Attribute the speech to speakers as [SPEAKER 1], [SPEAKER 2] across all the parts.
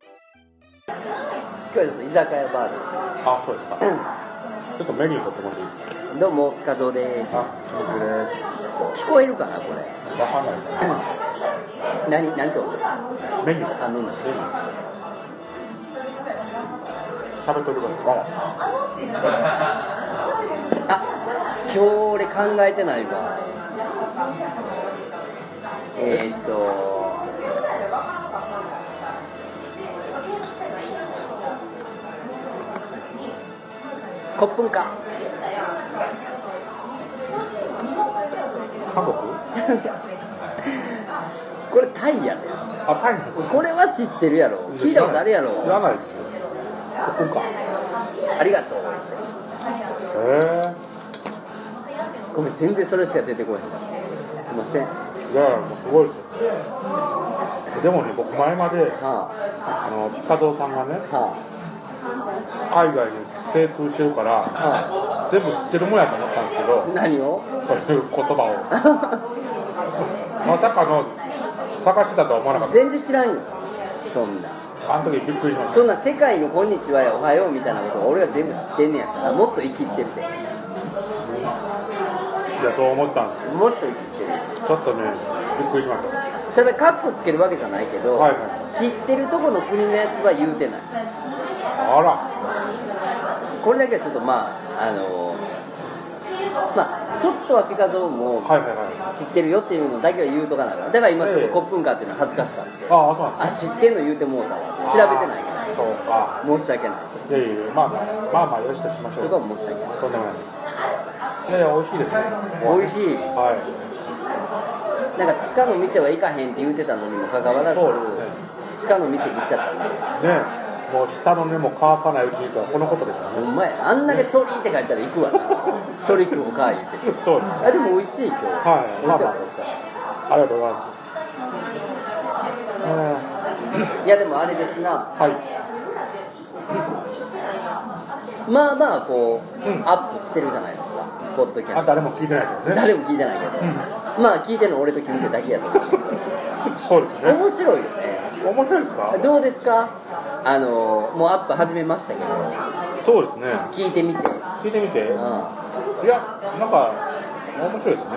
[SPEAKER 1] 今日はちょっと居酒屋バージ
[SPEAKER 2] あ、そうですか。ちょっとメニュー取ってもらっていいですか
[SPEAKER 1] ョンどうも和夫です
[SPEAKER 2] あ、僕です。
[SPEAKER 1] 聞こえるかなこれ
[SPEAKER 2] わかんないですね。
[SPEAKER 1] 何何と
[SPEAKER 2] メニュー
[SPEAKER 1] 頼む
[SPEAKER 2] メニュー。喋っとるから。
[SPEAKER 1] あ今日俺考えてないわえー、っとコップンか
[SPEAKER 2] 韓国
[SPEAKER 1] これタイやね
[SPEAKER 2] あ、タイなんですか
[SPEAKER 1] これは知ってるやろ聞いたことあるや
[SPEAKER 2] 知ら
[SPEAKER 1] ろ
[SPEAKER 2] ないですよ。ここか。
[SPEAKER 1] ありがとう
[SPEAKER 2] へえ。
[SPEAKER 1] ごめん全然それしか出てこへんすいませんはい
[SPEAKER 2] やいや、もうすごいですよ。でもね、僕前まで、
[SPEAKER 1] あ
[SPEAKER 2] あの、深澤さんがね、
[SPEAKER 1] は
[SPEAKER 2] 海外に精通してるから、
[SPEAKER 1] あは
[SPEAKER 2] 全部知ってるもんやと思ったんですけど
[SPEAKER 1] あ、何を
[SPEAKER 2] そういう言葉を。まさかの探してたとは思わなかっ
[SPEAKER 1] 全然知らんよそんな
[SPEAKER 2] た。あの時びっくりしまし
[SPEAKER 1] そんな世界の「こんにちは」や「おはよう」みたいなことを俺は全部知ってんねやったらもっと生きってるって
[SPEAKER 2] た。いや、そう思ったんです
[SPEAKER 1] もっと生きってる
[SPEAKER 2] よ。ちょっとね、びっくりしました。
[SPEAKER 1] ただカッコつけるわけじゃないけど、
[SPEAKER 2] はいは
[SPEAKER 1] 知ってるとこの国のやつは言うてない
[SPEAKER 2] あら、
[SPEAKER 1] これだけはちょっとまああのまあちょっとはピカゾーンも
[SPEAKER 2] はいはいはい。
[SPEAKER 1] 知ってるよっていうのだけは言うとかなあかんだから今ちょっとコップンカーっていうのは恥ずかしかった
[SPEAKER 2] ああ、そうなんで
[SPEAKER 1] あ知ってんの言うてもうたわ調
[SPEAKER 2] す。
[SPEAKER 1] べてないか
[SPEAKER 2] あーそうか。
[SPEAKER 1] ら申し訳ない
[SPEAKER 2] いやいやいや、まあまあ、まあまあ、よしとしましょう。
[SPEAKER 1] そこは申し訳ない
[SPEAKER 2] とんでもないです。いやいや、美味しいですね。
[SPEAKER 1] 美味しい
[SPEAKER 2] は
[SPEAKER 1] なんか地下の店は行かへんって言うてたのにもかかわらず、
[SPEAKER 2] そうで
[SPEAKER 1] 地下の店行っちゃったんだよ
[SPEAKER 2] い。ねえ、もう下の根も乾かないうちにとはこのことですよ
[SPEAKER 1] ほ
[SPEAKER 2] ね。
[SPEAKER 1] んまやあんだけ鳥って書いたら行くわな鳥食おうか言って
[SPEAKER 2] そうですね。
[SPEAKER 1] あでも美味しい今日
[SPEAKER 2] はい
[SPEAKER 1] 美味しかったですか
[SPEAKER 2] ありがとうございます。え
[SPEAKER 1] いやでもあれですな
[SPEAKER 2] ーはい。
[SPEAKER 1] まあまあこう、
[SPEAKER 2] うん
[SPEAKER 1] アップしてるじゃないですかポッドキャ
[SPEAKER 2] あ、
[SPEAKER 1] スト
[SPEAKER 2] 誰も聞いてないですね。
[SPEAKER 1] 誰も聞いてないけど、まあ聞いてるの俺と君だけやと思うけど
[SPEAKER 2] そうですね。
[SPEAKER 1] 面白いよね
[SPEAKER 2] 面白いですか
[SPEAKER 1] どうですかあのもうアップ始めましたけど
[SPEAKER 2] そうですね。
[SPEAKER 1] 聞いてみて
[SPEAKER 2] 聞いてみて。
[SPEAKER 1] うん、今
[SPEAKER 2] いや、なんか、面白いですね。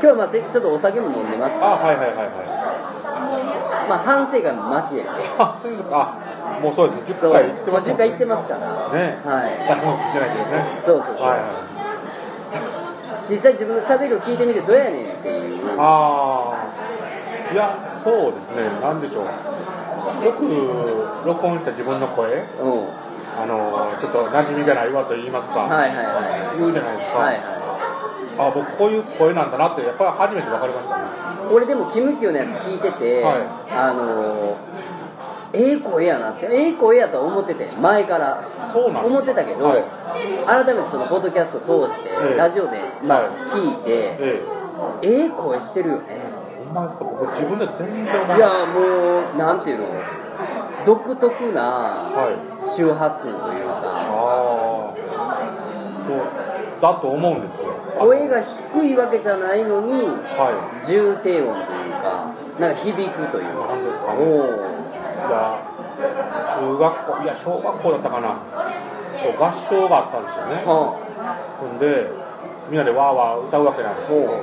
[SPEAKER 1] 日はまあせちょっとお酒も飲んでます
[SPEAKER 2] あ、
[SPEAKER 1] か
[SPEAKER 2] はいはいはいはい。
[SPEAKER 1] ら、まあ、反省会もマシやけど
[SPEAKER 2] あ、そうですか。あ、もうそうですね。
[SPEAKER 1] そ
[SPEAKER 2] 10
[SPEAKER 1] う
[SPEAKER 2] 回行ってます
[SPEAKER 1] もう10回行ってますから
[SPEAKER 2] ね。ね
[SPEAKER 1] はい
[SPEAKER 2] 誰も聞いてないけどね。
[SPEAKER 1] そうそうそう、
[SPEAKER 2] はいはい。
[SPEAKER 1] 実際自分の喋りを聞いてみてどうやねんっていう
[SPEAKER 2] あー。いや、そうですね。なんでしょう。よく録音した自分の声、
[SPEAKER 1] うん
[SPEAKER 2] あのちょっと馴染みがないわと言いますか、
[SPEAKER 1] はいはいはい
[SPEAKER 2] 言うじゃないですか、
[SPEAKER 1] はいは
[SPEAKER 2] あ僕こういう声なんだなってやっぱり初めて分かりました
[SPEAKER 1] い
[SPEAKER 2] ね
[SPEAKER 1] 俺でもキムキューのやつ聞いてて、
[SPEAKER 2] はい
[SPEAKER 1] あのーええ声やなってええ声やとは思ってて前から
[SPEAKER 2] そうなんです
[SPEAKER 1] 思ってたけど、
[SPEAKER 2] はい
[SPEAKER 1] 改めてそのポッドキャスト通して、
[SPEAKER 2] ええ
[SPEAKER 1] ラジオで、まあ
[SPEAKER 2] はい
[SPEAKER 1] 聞いて
[SPEAKER 2] え
[SPEAKER 1] ええ声してるよね
[SPEAKER 2] えほんまですか僕自分で全然分か
[SPEAKER 1] い
[SPEAKER 2] んない
[SPEAKER 1] やもうなんていうの独特な
[SPEAKER 2] はい
[SPEAKER 1] 周波数というか
[SPEAKER 2] ああそうだと思うんですよ
[SPEAKER 1] 声が低いわけじゃないのに
[SPEAKER 2] は
[SPEAKER 1] 重低音というかなんか響くというか
[SPEAKER 2] なんですかね
[SPEAKER 1] お
[SPEAKER 2] いいや中学校いや小学校だったかな合唱があったんですよね
[SPEAKER 1] おは
[SPEAKER 2] ほんでみんなでわーわー歌うわけなんです
[SPEAKER 1] ほ
[SPEAKER 2] よ
[SPEAKER 1] う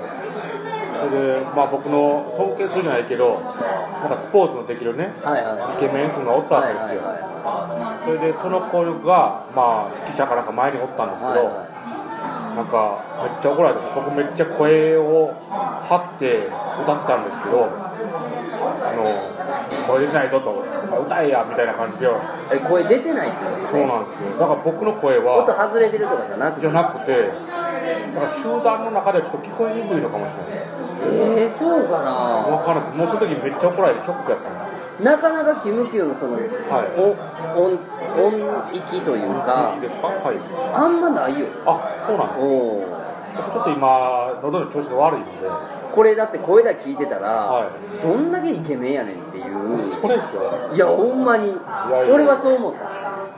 [SPEAKER 2] それでまあ僕の尊敬するじゃないけどなんかスポーツのできるね
[SPEAKER 1] はいはいはい
[SPEAKER 2] イケメン君がおったわ
[SPEAKER 1] はい
[SPEAKER 2] けですよ、
[SPEAKER 1] はいは
[SPEAKER 2] それでその子が、まあ、指揮者かなんか前におったんですけ
[SPEAKER 1] はい
[SPEAKER 2] ど、
[SPEAKER 1] は
[SPEAKER 2] なんかめっちゃ怒られて僕めっちゃ声を張って歌ってたんですけどあの声出てないぞと歌えやみたいな感じでそ
[SPEAKER 1] いえ
[SPEAKER 2] う
[SPEAKER 1] 声出てないっていうの
[SPEAKER 2] なんですよだから僕の声
[SPEAKER 1] 音
[SPEAKER 2] は
[SPEAKER 1] 外れてるとかじゃなくて
[SPEAKER 2] じゃなくてだから集団の中ではちょっと聞こえにくいのかもしれない
[SPEAKER 1] えー、そうかな
[SPEAKER 2] 分からなくてもうその時めっちゃ怒られてショックやったんですよ
[SPEAKER 1] なかなかキムキューのその、お音音域というか
[SPEAKER 2] いいですかはい
[SPEAKER 1] あんまないよ
[SPEAKER 2] あそうなんです
[SPEAKER 1] おお
[SPEAKER 2] ちょっと今喉の調子が悪いので
[SPEAKER 1] これだって声だけ聞いてたら、
[SPEAKER 2] は
[SPEAKER 1] どんだけイケメンやねんっていう
[SPEAKER 2] それっすよ
[SPEAKER 1] いやほんまに
[SPEAKER 2] やいや
[SPEAKER 1] 俺はそう思った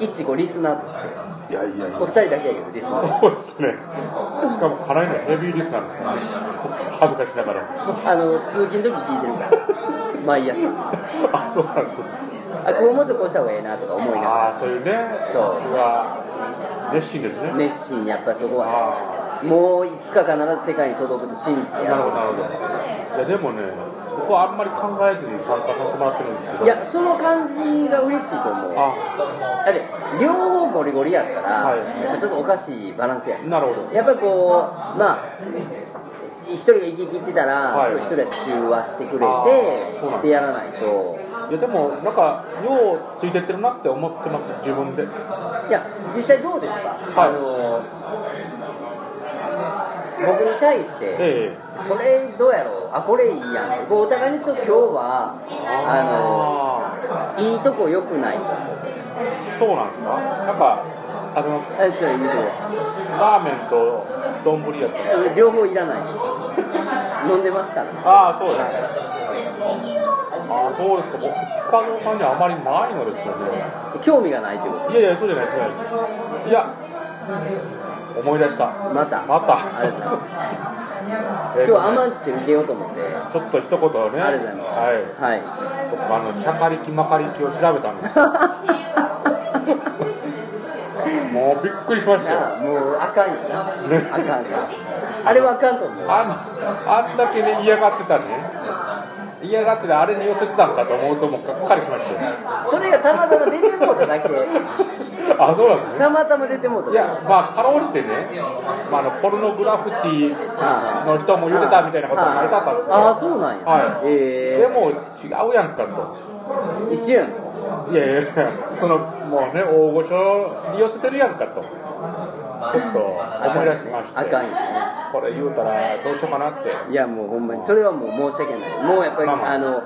[SPEAKER 1] 一個リスナーとして
[SPEAKER 2] いやいやいや
[SPEAKER 1] お二人だけやけどリスナー
[SPEAKER 2] そうですねしかもかなりのヘビーリスなんですからね恥ずかしながら
[SPEAKER 1] あの通勤の時聞いてるから毎朝
[SPEAKER 2] あそうなんですね
[SPEAKER 1] あこうもうちょっとこうした方がええなとか思いながら
[SPEAKER 2] ああそういうね
[SPEAKER 1] そう
[SPEAKER 2] さすが熱心ですね
[SPEAKER 1] 熱心にやっぱりそこは
[SPEAKER 2] あ
[SPEAKER 1] もういつか必ず世界に届くと信じ
[SPEAKER 2] あ
[SPEAKER 1] て
[SPEAKER 2] な
[SPEAKER 1] や
[SPEAKER 2] る
[SPEAKER 1] る
[SPEAKER 2] ほどなるほどいやでもね僕はあんまり考えずに参加させてもらってるんですけど
[SPEAKER 1] いやその感じが嬉しいと思う
[SPEAKER 2] あ
[SPEAKER 1] だって両方ゴリゴリやったら、
[SPEAKER 2] はい
[SPEAKER 1] やっぱちょっとおかしいバランスや
[SPEAKER 2] なるほど
[SPEAKER 1] やっぱりこうまあ一人が生き生きってたら、
[SPEAKER 2] はい
[SPEAKER 1] ちょっと一人は中和してくれ
[SPEAKER 2] あーそうなんだ
[SPEAKER 1] てでやらないと
[SPEAKER 2] いやでもなんかようついてってるなって思ってます自分で
[SPEAKER 1] いや実際どうですか、あの僕に対して、
[SPEAKER 2] ええ
[SPEAKER 1] それどうやろうあこれいいやんってこうお互いにちょっと今日は
[SPEAKER 2] あ
[SPEAKER 1] あのいいとこ良くないとあ
[SPEAKER 2] ーそうなんですかなんか食べます
[SPEAKER 1] ちょっと見てくださ
[SPEAKER 2] ラーメンと丼やったら
[SPEAKER 1] い両方いらないです飲んでますから
[SPEAKER 2] ああそうですああそうですか僕他の感じはあまりないのですよね
[SPEAKER 1] 興味がないってこ
[SPEAKER 2] いやいやそうじゃないそうじゃないですいや思い出した
[SPEAKER 1] とまた
[SPEAKER 2] また
[SPEAKER 1] ありがとうございます
[SPEAKER 2] え
[SPEAKER 1] 今
[SPEAKER 2] ーとね
[SPEAKER 1] 日は甘んじて受けようと思って
[SPEAKER 2] ちょっと一言ね
[SPEAKER 1] ありがとうございます
[SPEAKER 2] はい
[SPEAKER 1] はい
[SPEAKER 2] 僕あのシャカリキマカリキを調べ たんですもうびっくりしましたよ
[SPEAKER 1] なあもうあかんよなあかんなあれはあかんと思う
[SPEAKER 2] あんあんだけね嫌がってたね嫌がってたあれに寄せてたんかと思うともうがっかりしましたよ
[SPEAKER 1] それがたまたま出てもうただけ
[SPEAKER 2] あそうなんですね
[SPEAKER 1] たまたま出てもう
[SPEAKER 2] い
[SPEAKER 1] ただ
[SPEAKER 2] やまあかろうじてね、まあ、あのポルノグラフィティ
[SPEAKER 1] けああ
[SPEAKER 2] の人も言ってたみたいなことも書いてあったんですよ
[SPEAKER 1] ああそうなんや、
[SPEAKER 2] はい
[SPEAKER 1] え
[SPEAKER 2] で
[SPEAKER 1] え
[SPEAKER 2] も違うやんかと
[SPEAKER 1] 一瞬
[SPEAKER 2] いやいやいやそのもうね大御所に寄せてるやんかとちょっと思い出しまして
[SPEAKER 1] あかんよね
[SPEAKER 2] これ言うたらどうしようかなって
[SPEAKER 1] いやもうほんまにそれはもう申し訳ないもうやっぱり、
[SPEAKER 2] まあまあ
[SPEAKER 1] あの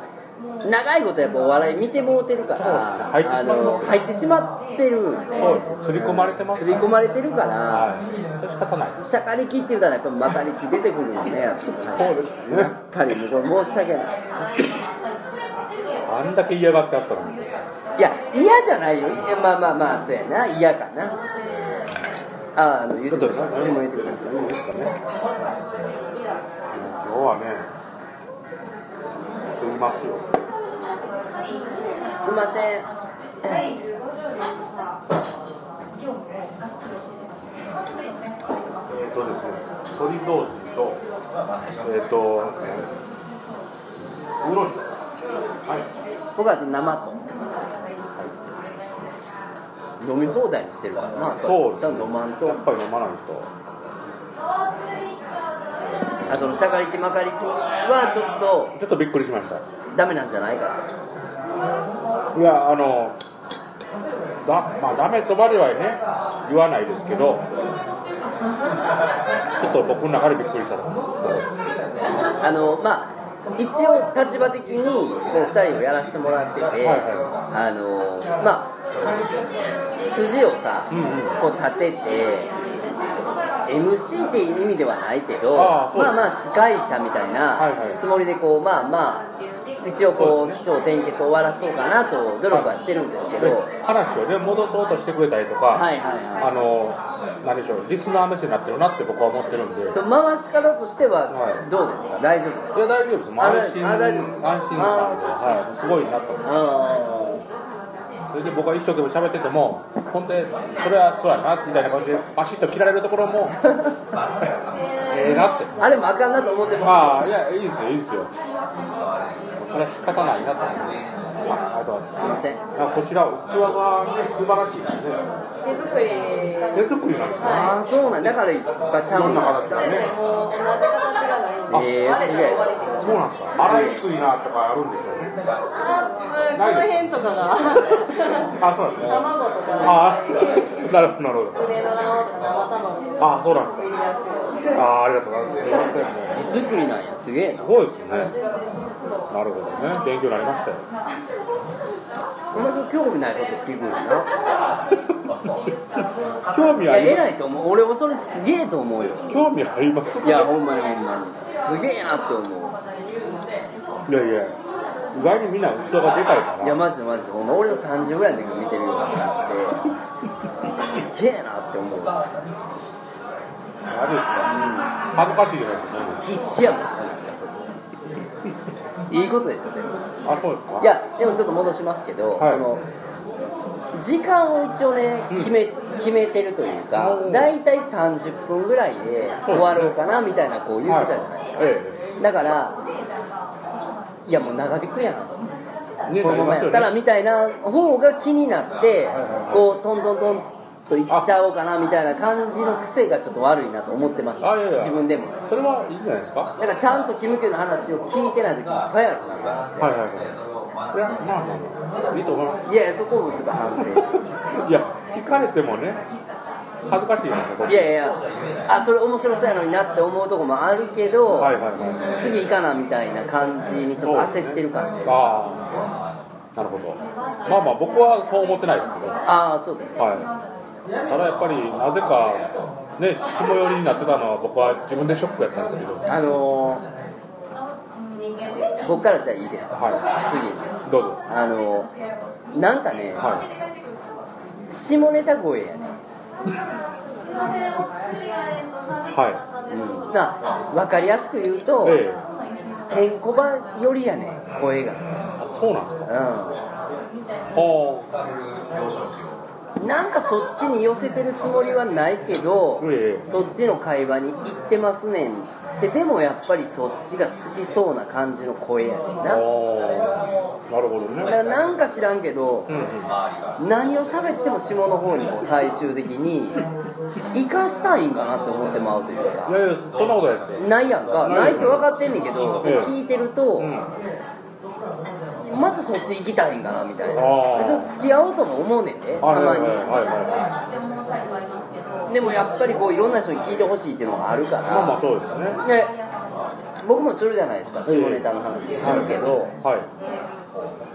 [SPEAKER 1] 長いことやっぱお笑い見てもうてるから
[SPEAKER 2] そうですね入ってしまい
[SPEAKER 1] あ
[SPEAKER 2] ます
[SPEAKER 1] の入ってしまってる
[SPEAKER 2] そうです刷り込まれてます
[SPEAKER 1] 刷り込まれてるから、
[SPEAKER 2] はいそれ仕方ないです
[SPEAKER 1] しゃかりきって言うたらやっぱまたりき出てくるよねやっぱ
[SPEAKER 2] そうです
[SPEAKER 1] りやっぱりもうこれ申し訳ない
[SPEAKER 2] あんだけ嫌がってあったのに
[SPEAKER 1] いや嫌じゃないよいやまあまあまあそうやな嫌かなああの言うてください自分も言ってください
[SPEAKER 2] いいですかね今日はねすみますよ
[SPEAKER 1] すいません
[SPEAKER 2] えっ、とですね、鶏同士と、えっ、と、ウーロン茶。はい。
[SPEAKER 1] 僕はあと生と飲み放題にしてるからな
[SPEAKER 2] そうです
[SPEAKER 1] ちゃんと飲まんと
[SPEAKER 2] やっぱり飲まないと。
[SPEAKER 1] あそのしゃかりきまかりきはちょっ
[SPEAKER 2] ちょっとびっくりしました。い
[SPEAKER 1] とダメなんじゃないか
[SPEAKER 2] や、あの、だまあ、ダメとまではね、言わないですけど、ちょっと僕の中でびっくりしたと
[SPEAKER 1] とあのまあ一応立場的にこう2人をやらせてもらってて、
[SPEAKER 2] いは
[SPEAKER 1] あのまあ筋をさ、
[SPEAKER 2] うんうん
[SPEAKER 1] こう立てて MC っていう意味ではないけど
[SPEAKER 2] ああそう
[SPEAKER 1] まあまあ司会者みたい
[SPEAKER 2] はいはい
[SPEAKER 1] なつもりでこう、まあまあ一応こう
[SPEAKER 2] そうです
[SPEAKER 1] 起承転結終わらそうかなと努力はしてるんですけど、
[SPEAKER 2] で話をね、戻そうとしてくれたりと
[SPEAKER 1] は
[SPEAKER 2] か、
[SPEAKER 1] いはいはい
[SPEAKER 2] あの、何でしょう、リスナー目線になってるなって僕は思ってるんで、
[SPEAKER 1] その回し方として
[SPEAKER 2] は
[SPEAKER 1] はいどうですか、大丈夫ですか
[SPEAKER 2] それは大丈夫です。もう
[SPEAKER 1] あ
[SPEAKER 2] 安心、
[SPEAKER 1] あ大丈夫です
[SPEAKER 2] 安
[SPEAKER 1] か
[SPEAKER 2] 心感で、はい、すごいなと思って。
[SPEAKER 1] あ
[SPEAKER 2] それで僕は一生懸命喋ってても、ほんで、それはそうやなみたいな感じで、バシッと切られるところも、ええなって、
[SPEAKER 1] ーあれもあかんなと思ってます
[SPEAKER 2] まあ、いや、いいですよ、いいですよ、もうそれは仕方ないなと思って、あありがとうござい
[SPEAKER 1] すい
[SPEAKER 2] ま
[SPEAKER 1] ません
[SPEAKER 2] す。あこちら、器が、ね、素晴らしいですね、
[SPEAKER 3] 手作
[SPEAKER 2] 手作り
[SPEAKER 3] りはい
[SPEAKER 2] なんですね、
[SPEAKER 1] ああそうなんだからいっぱいちゃうん
[SPEAKER 2] ど
[SPEAKER 1] ん
[SPEAKER 2] な
[SPEAKER 1] だ
[SPEAKER 2] 形か
[SPEAKER 3] ですね
[SPEAKER 2] ね、
[SPEAKER 3] もう同じ形がないんで
[SPEAKER 1] えーすげえ
[SPEAKER 3] 我れてます
[SPEAKER 2] そうなんですか、洗いにくいなとかあるんでしょうね、
[SPEAKER 3] あーこの辺とかが
[SPEAKER 2] あそうなんですね、
[SPEAKER 3] 卵とか
[SPEAKER 2] あーなるほど、なるほど、
[SPEAKER 3] 胸の卵とか生卵
[SPEAKER 2] あそうなんです
[SPEAKER 3] 入
[SPEAKER 2] か、
[SPEAKER 3] れやすい
[SPEAKER 2] ああありがとうございます、すいませんもう
[SPEAKER 1] 手作りなんやすげえな
[SPEAKER 2] すごいですね。なるほどね、勉強になりましたよ。
[SPEAKER 1] お前それ興味ないこと聞くんや
[SPEAKER 2] 興味
[SPEAKER 1] な
[SPEAKER 2] あ
[SPEAKER 1] いや
[SPEAKER 2] りま
[SPEAKER 1] 偉いと思う俺はそれすげえと思うよ
[SPEAKER 2] す興味あります
[SPEAKER 1] いやほんまにほんまにすげえなって思
[SPEAKER 2] いやいや意外にみんな器がでかいか
[SPEAKER 1] う
[SPEAKER 2] ら
[SPEAKER 1] いやマジでマジでほんま俺の30ぐらいの時見てるような感じですげえなって思う
[SPEAKER 2] あれですか、恥ずかしいじゃないですか
[SPEAKER 1] 必死やもんなんかそれいいことですよね
[SPEAKER 2] そういうのあそうですか
[SPEAKER 1] いやでもちょっと戻しますけど、
[SPEAKER 2] はい
[SPEAKER 1] その時間を一応ね
[SPEAKER 2] うん
[SPEAKER 1] 決め,、決めてるというか
[SPEAKER 2] おー
[SPEAKER 1] 大体30分ぐらいで終わろうかなみたいなこう言うみたいじゃないですか、
[SPEAKER 2] はいえ
[SPEAKER 1] だからいやもう長引くやん
[SPEAKER 2] えね
[SPEAKER 1] このままやったら
[SPEAKER 2] ね
[SPEAKER 1] みたいな方が気になって
[SPEAKER 2] はいはいはい
[SPEAKER 1] こうトントントンといっちゃおうかなみたいな感じの癖がちょっと悪いなと思ってまし
[SPEAKER 2] あいやい
[SPEAKER 1] た
[SPEAKER 2] や
[SPEAKER 1] 自分でも
[SPEAKER 2] それはいいんじゃないですかは
[SPEAKER 1] だからちゃんとキムキューの話を聞いてない時いっぱいあるない
[SPEAKER 2] はいはいいやまあまあまあいいと思います
[SPEAKER 1] いやいやそこもちょっと反省
[SPEAKER 2] いや聞かれてもね恥ずかしいじゃないですか
[SPEAKER 1] いやいや、あ、それ面白そうやのになって思うとこもあるけど、
[SPEAKER 2] はいはいはい
[SPEAKER 1] 次行かなみたいな感じにちょっと焦ってる感じ。
[SPEAKER 2] ああなるほどまあまあ僕はそう思ってないですけどは
[SPEAKER 1] ああ、そうですか。
[SPEAKER 2] いただやっぱりなぜかね下寄りになってたのは僕は自分でショックやったんですけど
[SPEAKER 1] あのー、こっからじゃあいいですか、
[SPEAKER 2] は
[SPEAKER 1] 次。
[SPEAKER 2] どうぞ
[SPEAKER 1] あのー、なんかね、
[SPEAKER 2] は
[SPEAKER 1] 下ネタ声やね。
[SPEAKER 2] いは
[SPEAKER 1] うん。な、わかりやすく言うと
[SPEAKER 2] い、ええ
[SPEAKER 1] ケンコバよりやね、声が。
[SPEAKER 2] あそうなんですか
[SPEAKER 1] う
[SPEAKER 2] はあ
[SPEAKER 1] ん。なんかそっちに寄せてるつもりはないけど、
[SPEAKER 2] ええ
[SPEAKER 1] そっちの会話に行ってますねんででもやっぱりそっちが好きそうな感じの声やねん
[SPEAKER 2] あ
[SPEAKER 1] な
[SPEAKER 2] あ
[SPEAKER 1] だ
[SPEAKER 2] なるほど
[SPEAKER 1] から
[SPEAKER 2] ね
[SPEAKER 1] なんか知らんけど
[SPEAKER 2] うんうん
[SPEAKER 1] 何を喋っても下の方にこう最終的に生かしたいんかなって思ってまうという
[SPEAKER 2] い
[SPEAKER 1] か
[SPEAKER 2] やいやそんなことないですよ
[SPEAKER 1] ないやんか
[SPEAKER 2] な
[SPEAKER 1] ないいって分かってんねんけどそれ聞いてると
[SPEAKER 2] うんは
[SPEAKER 1] またそっち行きたいんかなみたいな
[SPEAKER 2] あー
[SPEAKER 1] でそれ付き合おうとも思うねんで
[SPEAKER 2] い
[SPEAKER 1] た
[SPEAKER 2] はいは
[SPEAKER 1] ま
[SPEAKER 2] い
[SPEAKER 1] に
[SPEAKER 2] はいはい
[SPEAKER 1] でもやっぱりこういろんな人に聞いてほしいっていうのがあるから
[SPEAKER 2] まあまあそうですね
[SPEAKER 1] で僕もするじゃないですか下ネタの話するけど、
[SPEAKER 2] はい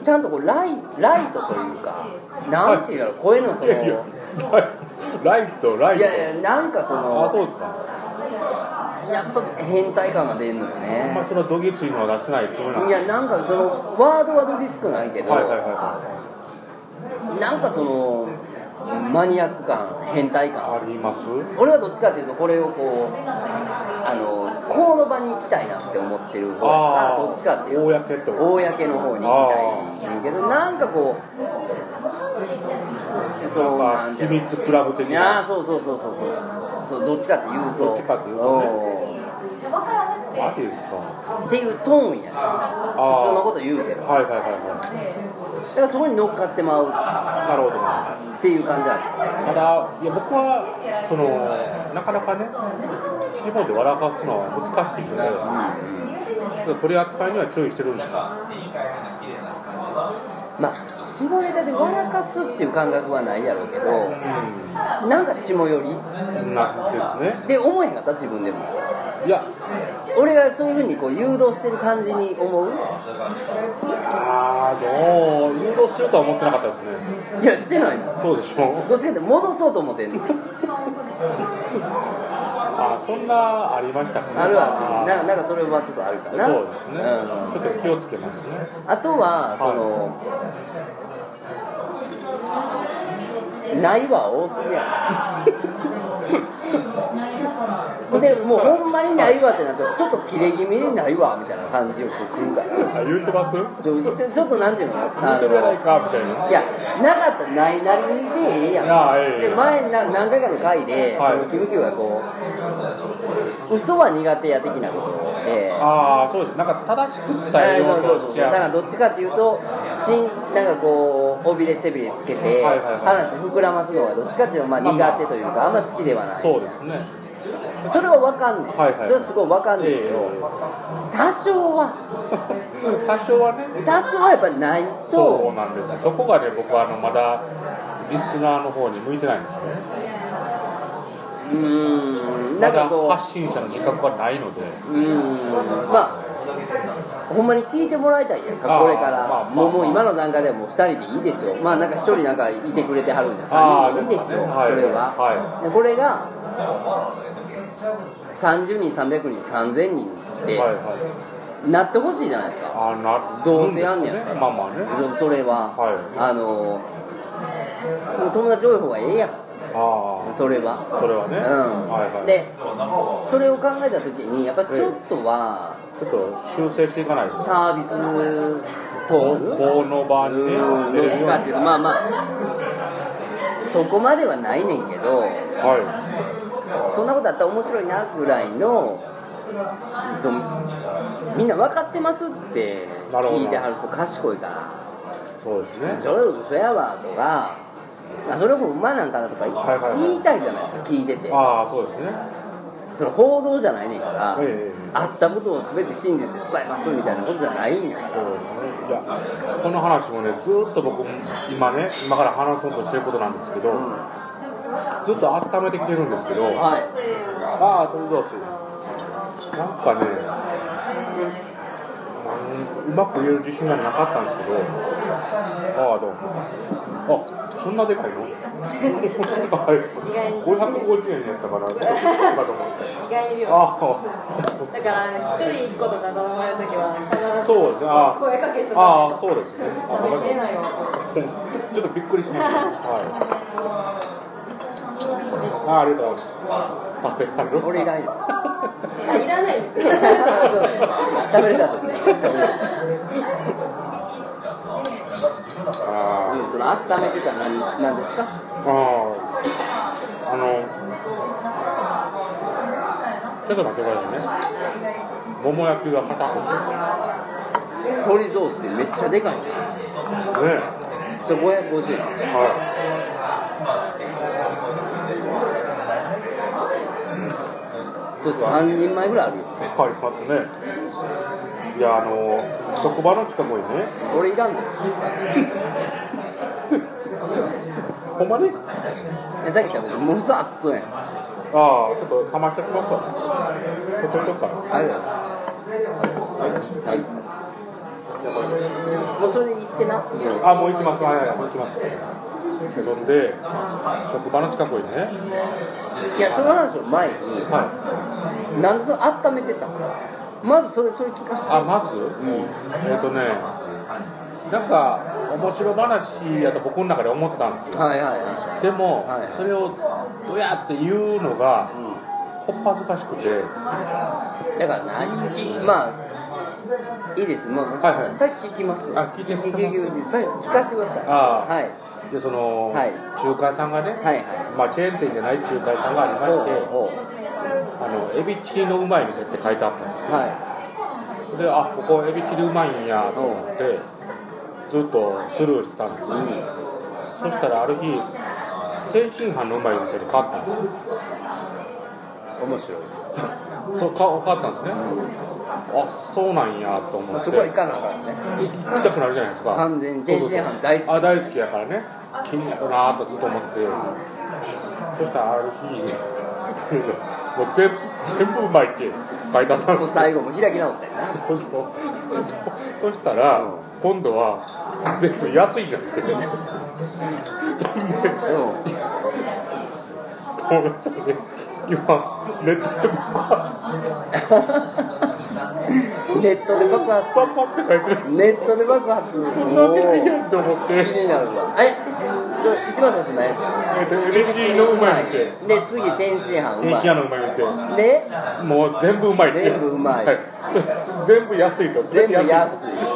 [SPEAKER 1] ちゃんとこうライライトというかなんていうやろ声のそ
[SPEAKER 2] い
[SPEAKER 1] の
[SPEAKER 2] やいや
[SPEAKER 1] い
[SPEAKER 2] はいライトライト
[SPEAKER 1] やいやなんかそ
[SPEAKER 2] あそう
[SPEAKER 1] の
[SPEAKER 2] ですか
[SPEAKER 1] やっぱ変態感が出るのよ
[SPEAKER 2] あんま
[SPEAKER 1] ね
[SPEAKER 2] そのどぎついのは出せないつもりなん
[SPEAKER 1] い
[SPEAKER 2] で
[SPEAKER 1] やなんかそのワードはどぎつくないけ
[SPEAKER 2] す
[SPEAKER 1] ど、
[SPEAKER 2] はいはいはいはい
[SPEAKER 1] なんかそのマニアック感変態感
[SPEAKER 2] あります
[SPEAKER 1] 俺はどっちかっていうとこれをこうあのこの場に行きたいなって思ってる方
[SPEAKER 2] あ
[SPEAKER 1] が
[SPEAKER 2] ー
[SPEAKER 1] どっちかっていう
[SPEAKER 2] 公ってこと
[SPEAKER 1] 公の方に行きたいねんけどなんかこうその
[SPEAKER 2] な
[SPEAKER 1] なん
[SPEAKER 2] ん
[SPEAKER 1] て
[SPEAKER 2] か秘
[SPEAKER 1] いうの
[SPEAKER 2] 密クラブ的
[SPEAKER 1] いや
[SPEAKER 2] な
[SPEAKER 1] ーそうそうそうそうそうそうそうどっちかっていうと
[SPEAKER 2] どっちかっていうとねマジですか
[SPEAKER 1] うんっていうトーンやね
[SPEAKER 2] あ
[SPEAKER 1] 普
[SPEAKER 2] 普
[SPEAKER 1] 通のことと言うけどだか
[SPEAKER 2] はいはいはいはい
[SPEAKER 1] らそこに乗っかってま
[SPEAKER 2] なるほど
[SPEAKER 1] うっていう感じある
[SPEAKER 2] ただいや僕はそのなかなかね下で笑かすのは難しいので取り扱いには注意してるんですよ
[SPEAKER 1] まあ下ネタで笑かすっていう感覚はないやろうけど
[SPEAKER 2] う
[SPEAKER 1] なんか下寄り
[SPEAKER 2] んなんですね
[SPEAKER 1] で思えへんかった自分でも
[SPEAKER 2] いや
[SPEAKER 1] 俺がそういうふうにこう誘導してる感じに思う
[SPEAKER 2] ああどう誘導してるとは思ってなかったですね
[SPEAKER 1] いやしてないの
[SPEAKER 2] そうでしょ
[SPEAKER 1] どっちかって戻そうと思ってん の
[SPEAKER 2] あそんなありましたかね
[SPEAKER 1] あるあ
[SPEAKER 2] あー
[SPEAKER 1] るななんかそれはちょっとあるかな
[SPEAKER 2] そうです
[SPEAKER 1] う
[SPEAKER 2] ね、
[SPEAKER 1] ん
[SPEAKER 2] ちょっと気をつけますね
[SPEAKER 1] あとは、その、ないは多すぎや ん。で、もうほんまにないわってなると、ちょっと切れ気味でないわみたいな感じをこうくるから、
[SPEAKER 2] あ言うてます言
[SPEAKER 1] ちょちょちょっとなんていうのあ
[SPEAKER 2] うてるやない
[SPEAKER 1] の
[SPEAKER 2] かみたいない
[SPEAKER 1] や、なかったらないなりでええやん。
[SPEAKER 2] ああええ
[SPEAKER 1] で、前にな何回かの回で、
[SPEAKER 2] はい
[SPEAKER 1] そのキムキューがこう、嘘は苦手や的なことを、ええ
[SPEAKER 2] ああそうですなんか正しく伝えよう
[SPEAKER 1] そう
[SPEAKER 2] と
[SPEAKER 1] そうそう
[SPEAKER 2] しち
[SPEAKER 1] だから
[SPEAKER 2] ゃう
[SPEAKER 1] どっちかっていうとしんなんかこう尾びれ背びれつけて
[SPEAKER 2] はいはいはい
[SPEAKER 1] 話膨らますのがどっちかっていうとまあ
[SPEAKER 2] まあまあ
[SPEAKER 1] 苦手というかあんま好きではない
[SPEAKER 2] そうですね
[SPEAKER 1] それは分かんねん、
[SPEAKER 2] はいはい
[SPEAKER 1] それはすごい分かんねんけ
[SPEAKER 2] え
[SPEAKER 1] ど、多少は
[SPEAKER 2] え多少はね
[SPEAKER 1] 多少はやっぱない
[SPEAKER 2] そう
[SPEAKER 1] と
[SPEAKER 2] なんですよそこがね僕はあのまだリスナーの方に向いてないんですよ
[SPEAKER 1] うーん
[SPEAKER 2] ま
[SPEAKER 1] なんか
[SPEAKER 2] だ
[SPEAKER 1] こ
[SPEAKER 2] 発信者の自覚はないので
[SPEAKER 1] ううーんまあほんまに聞いてもらいたいやんか、これから、
[SPEAKER 2] あーまあま
[SPEAKER 1] も
[SPEAKER 2] あ
[SPEAKER 1] うもう今の段階でもう2人でいいですよ、まあなんか1人なんかいてくれてはるんです
[SPEAKER 2] あー
[SPEAKER 1] 3人でいいですよ、
[SPEAKER 2] ですねはい
[SPEAKER 1] それは、
[SPEAKER 2] は
[SPEAKER 1] でこれが30人、300人、3000人
[SPEAKER 2] はい
[SPEAKER 1] っ
[SPEAKER 2] はい
[SPEAKER 1] てなってほしいじゃないですか、
[SPEAKER 2] あな
[SPEAKER 1] どうせやんねや
[SPEAKER 2] る
[SPEAKER 1] った
[SPEAKER 2] ですね
[SPEAKER 1] ら、
[SPEAKER 2] まあまあね
[SPEAKER 1] そそれは、
[SPEAKER 2] はい
[SPEAKER 1] あの友達多い方がええや
[SPEAKER 2] あ
[SPEAKER 1] ん、それは。
[SPEAKER 2] あそれはね、
[SPEAKER 1] うん
[SPEAKER 2] はいはい
[SPEAKER 1] でそれを考えた時にやっぱちょっとは
[SPEAKER 2] ちょっと修正していかないと
[SPEAKER 1] サービス
[SPEAKER 2] こ
[SPEAKER 1] と
[SPEAKER 2] この場にね
[SPEAKER 1] うんどっちかっていうとまあまあそこまではないねんけど
[SPEAKER 2] は
[SPEAKER 1] そんなことあったら面白いなぐらいのそのみんな分かってますって
[SPEAKER 2] なるほど
[SPEAKER 1] 聞いてはる人賢いから
[SPEAKER 2] いそうですね
[SPEAKER 1] 「それ嘘やわ」とか「あそれほんまなんかな」とか
[SPEAKER 2] はいはいはい
[SPEAKER 1] 言いたいじゃないですか聞いてて
[SPEAKER 2] ああそうですね
[SPEAKER 1] その報道じゃないねんから、
[SPEAKER 2] ええええ
[SPEAKER 1] あったことを全て信じて伝えますみたいなことじゃないんやから
[SPEAKER 2] そうですねいやこの話もねずーっと僕今ね今から話そうとしてることなんですけど、
[SPEAKER 1] うん
[SPEAKER 2] ずっと温めてきてるんですけど、
[SPEAKER 1] はい
[SPEAKER 2] ああ鳥同士なんかねなんうまく言える自信がなかったんですけどああどうもあそんなでか いのはい550円やったからちょっとかと思って
[SPEAKER 3] 意外に量
[SPEAKER 2] あ
[SPEAKER 3] だから一人一個とか頼まれるときは必
[SPEAKER 2] あ
[SPEAKER 3] ず
[SPEAKER 2] そうですねああ
[SPEAKER 3] 声かけしとか
[SPEAKER 2] ああ
[SPEAKER 3] ないと
[SPEAKER 2] そうですねあわかりま
[SPEAKER 3] 食べ
[SPEAKER 2] した
[SPEAKER 3] きれないわ
[SPEAKER 2] ちょっとびっくりしました。はい。あ、ありがとうございます。食べられる
[SPEAKER 1] 俺いらんよ
[SPEAKER 3] あいらないです
[SPEAKER 1] そうそう食べれたんですね
[SPEAKER 2] あ
[SPEAKER 1] うんその温めてた何なんですか
[SPEAKER 2] あ。ああ。あの。ちょっと待ってくださいね。桃焼きが硬
[SPEAKER 1] 鶏雑炊めっちゃでかいね
[SPEAKER 2] くて。ね。
[SPEAKER 1] それ550円
[SPEAKER 2] は
[SPEAKER 1] それ3人前ぐらいあるよ
[SPEAKER 2] い。ありますね。いや、あの、職場の近くにね。
[SPEAKER 1] 俺いらんの
[SPEAKER 2] ほんまに。
[SPEAKER 1] えさっき食べたものすごい熱そうやん
[SPEAKER 2] ああ、ちょっと冷ましてきました。こっちにとくから。
[SPEAKER 1] あれだよはいもうそれで行ってな
[SPEAKER 2] あ、もう行きます。はいはい、もう行きます。そんで、職場の近くにね、
[SPEAKER 1] いやその話を前に
[SPEAKER 2] はい、
[SPEAKER 1] なんでそれ温めてたのまずそれそれ聞かせて
[SPEAKER 2] あ、まず、
[SPEAKER 1] うん
[SPEAKER 2] えっ、とね、なんか、面白話やと僕の中で思ってたんですよ。
[SPEAKER 1] はいはいは
[SPEAKER 2] でも、
[SPEAKER 1] はい
[SPEAKER 2] それをどやって言うのが
[SPEAKER 1] い、、う
[SPEAKER 2] こっぱずかしく
[SPEAKER 1] ん、
[SPEAKER 2] て、
[SPEAKER 1] だから何いまあいいですもう、
[SPEAKER 2] はいはい
[SPEAKER 1] さっき聞きますよ
[SPEAKER 2] あ聞いてく
[SPEAKER 1] 聞
[SPEAKER 2] れ
[SPEAKER 1] き
[SPEAKER 2] ます
[SPEAKER 1] ますさ聞かせてください
[SPEAKER 2] あー
[SPEAKER 1] はい
[SPEAKER 2] で、その、
[SPEAKER 1] はい
[SPEAKER 2] 仲介さんがね、
[SPEAKER 1] はいは
[SPEAKER 2] まあ、チェーン店じゃない仲介さんがありま
[SPEAKER 1] い
[SPEAKER 2] して、
[SPEAKER 1] おうおう
[SPEAKER 2] あのエビチリのうまい店って書いてあったんですよ。
[SPEAKER 1] は
[SPEAKER 2] で、あ、ここエビチリうまいんやと思って、ずっとスルーしてたんです
[SPEAKER 1] い、
[SPEAKER 2] よ。
[SPEAKER 1] う
[SPEAKER 2] そしたらある日、天津飯のうまい店で買ったんですよ。
[SPEAKER 1] ん、面白い、
[SPEAKER 2] そうか買ったんですね。あ、そうなんやと思って。
[SPEAKER 1] そこは行
[SPEAKER 2] 行
[SPEAKER 1] かなあかんね
[SPEAKER 2] きたくなるじゃないですか。
[SPEAKER 1] 完全に天津飯
[SPEAKER 2] そうそうそう
[SPEAKER 1] 大好き
[SPEAKER 2] あ、大好きやからね。気になるなとずっと思って。そしたらある日、 もう全部全部うまいって書いてあったん
[SPEAKER 1] もう
[SPEAKER 2] ですよ。
[SPEAKER 1] 最後も開き直ったよな
[SPEAKER 2] そうそうそそしたら、
[SPEAKER 1] うん
[SPEAKER 2] 今度は全部安いじゃ んって。そんで
[SPEAKER 1] うん
[SPEAKER 2] ごめんなさいね今、ネットで僕は、
[SPEAKER 1] ネットで爆発
[SPEAKER 2] パンパンって書いてるんです
[SPEAKER 1] ネットで爆発もう
[SPEAKER 2] そんなでいいやんと思っ
[SPEAKER 1] 気に
[SPEAKER 2] て、
[SPEAKER 1] なるわえちょ一番最初ね
[SPEAKER 2] えっと、エビチリのうまい店、
[SPEAKER 1] で次天津飯う
[SPEAKER 2] 天
[SPEAKER 1] ま
[SPEAKER 2] 津屋のうまい店、
[SPEAKER 1] いで
[SPEAKER 2] もう全部うまいって。
[SPEAKER 1] 全部うまい
[SPEAKER 2] は全部安いと、
[SPEAKER 1] 全部安い
[SPEAKER 2] い。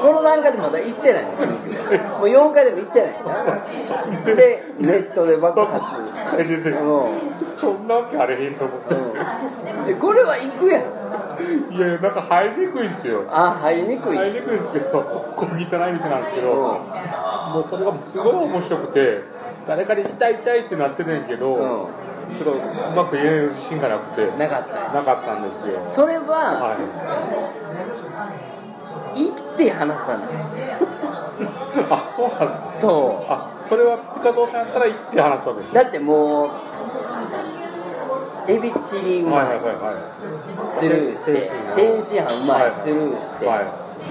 [SPEAKER 1] この段階でまだ行ってないのもう4回でも行ってないなでネットで爆発
[SPEAKER 2] 書いてて、
[SPEAKER 1] う
[SPEAKER 2] そんなわけあれへんと思ったんですよ。
[SPEAKER 1] んえこれは行くやん
[SPEAKER 2] いや、なんか入りにくいんですよ。
[SPEAKER 1] あ入りにくい
[SPEAKER 2] 入りにくいんですけど、 こう汚い店なんですけ
[SPEAKER 1] う
[SPEAKER 2] ど、
[SPEAKER 1] ん
[SPEAKER 2] もうそれがすごい面白くて、誰かに痛い痛いってなってねんけど、
[SPEAKER 1] う
[SPEAKER 2] ちょっとうまく言える自信がなくて、
[SPEAKER 1] ん
[SPEAKER 2] な
[SPEAKER 1] なかったよ
[SPEAKER 2] かったんですよ。
[SPEAKER 1] それは
[SPEAKER 2] はい。
[SPEAKER 1] 行って話さない
[SPEAKER 2] あ、そうなんですか。
[SPEAKER 1] そ
[SPEAKER 2] あ、それはピカゾウさんやったら行って話すわけです
[SPEAKER 1] うだってもうエビチリうま
[SPEAKER 2] はい
[SPEAKER 1] い、
[SPEAKER 2] はいはいはい
[SPEAKER 1] スルーして天津飯うまいスルーして、
[SPEAKER 2] は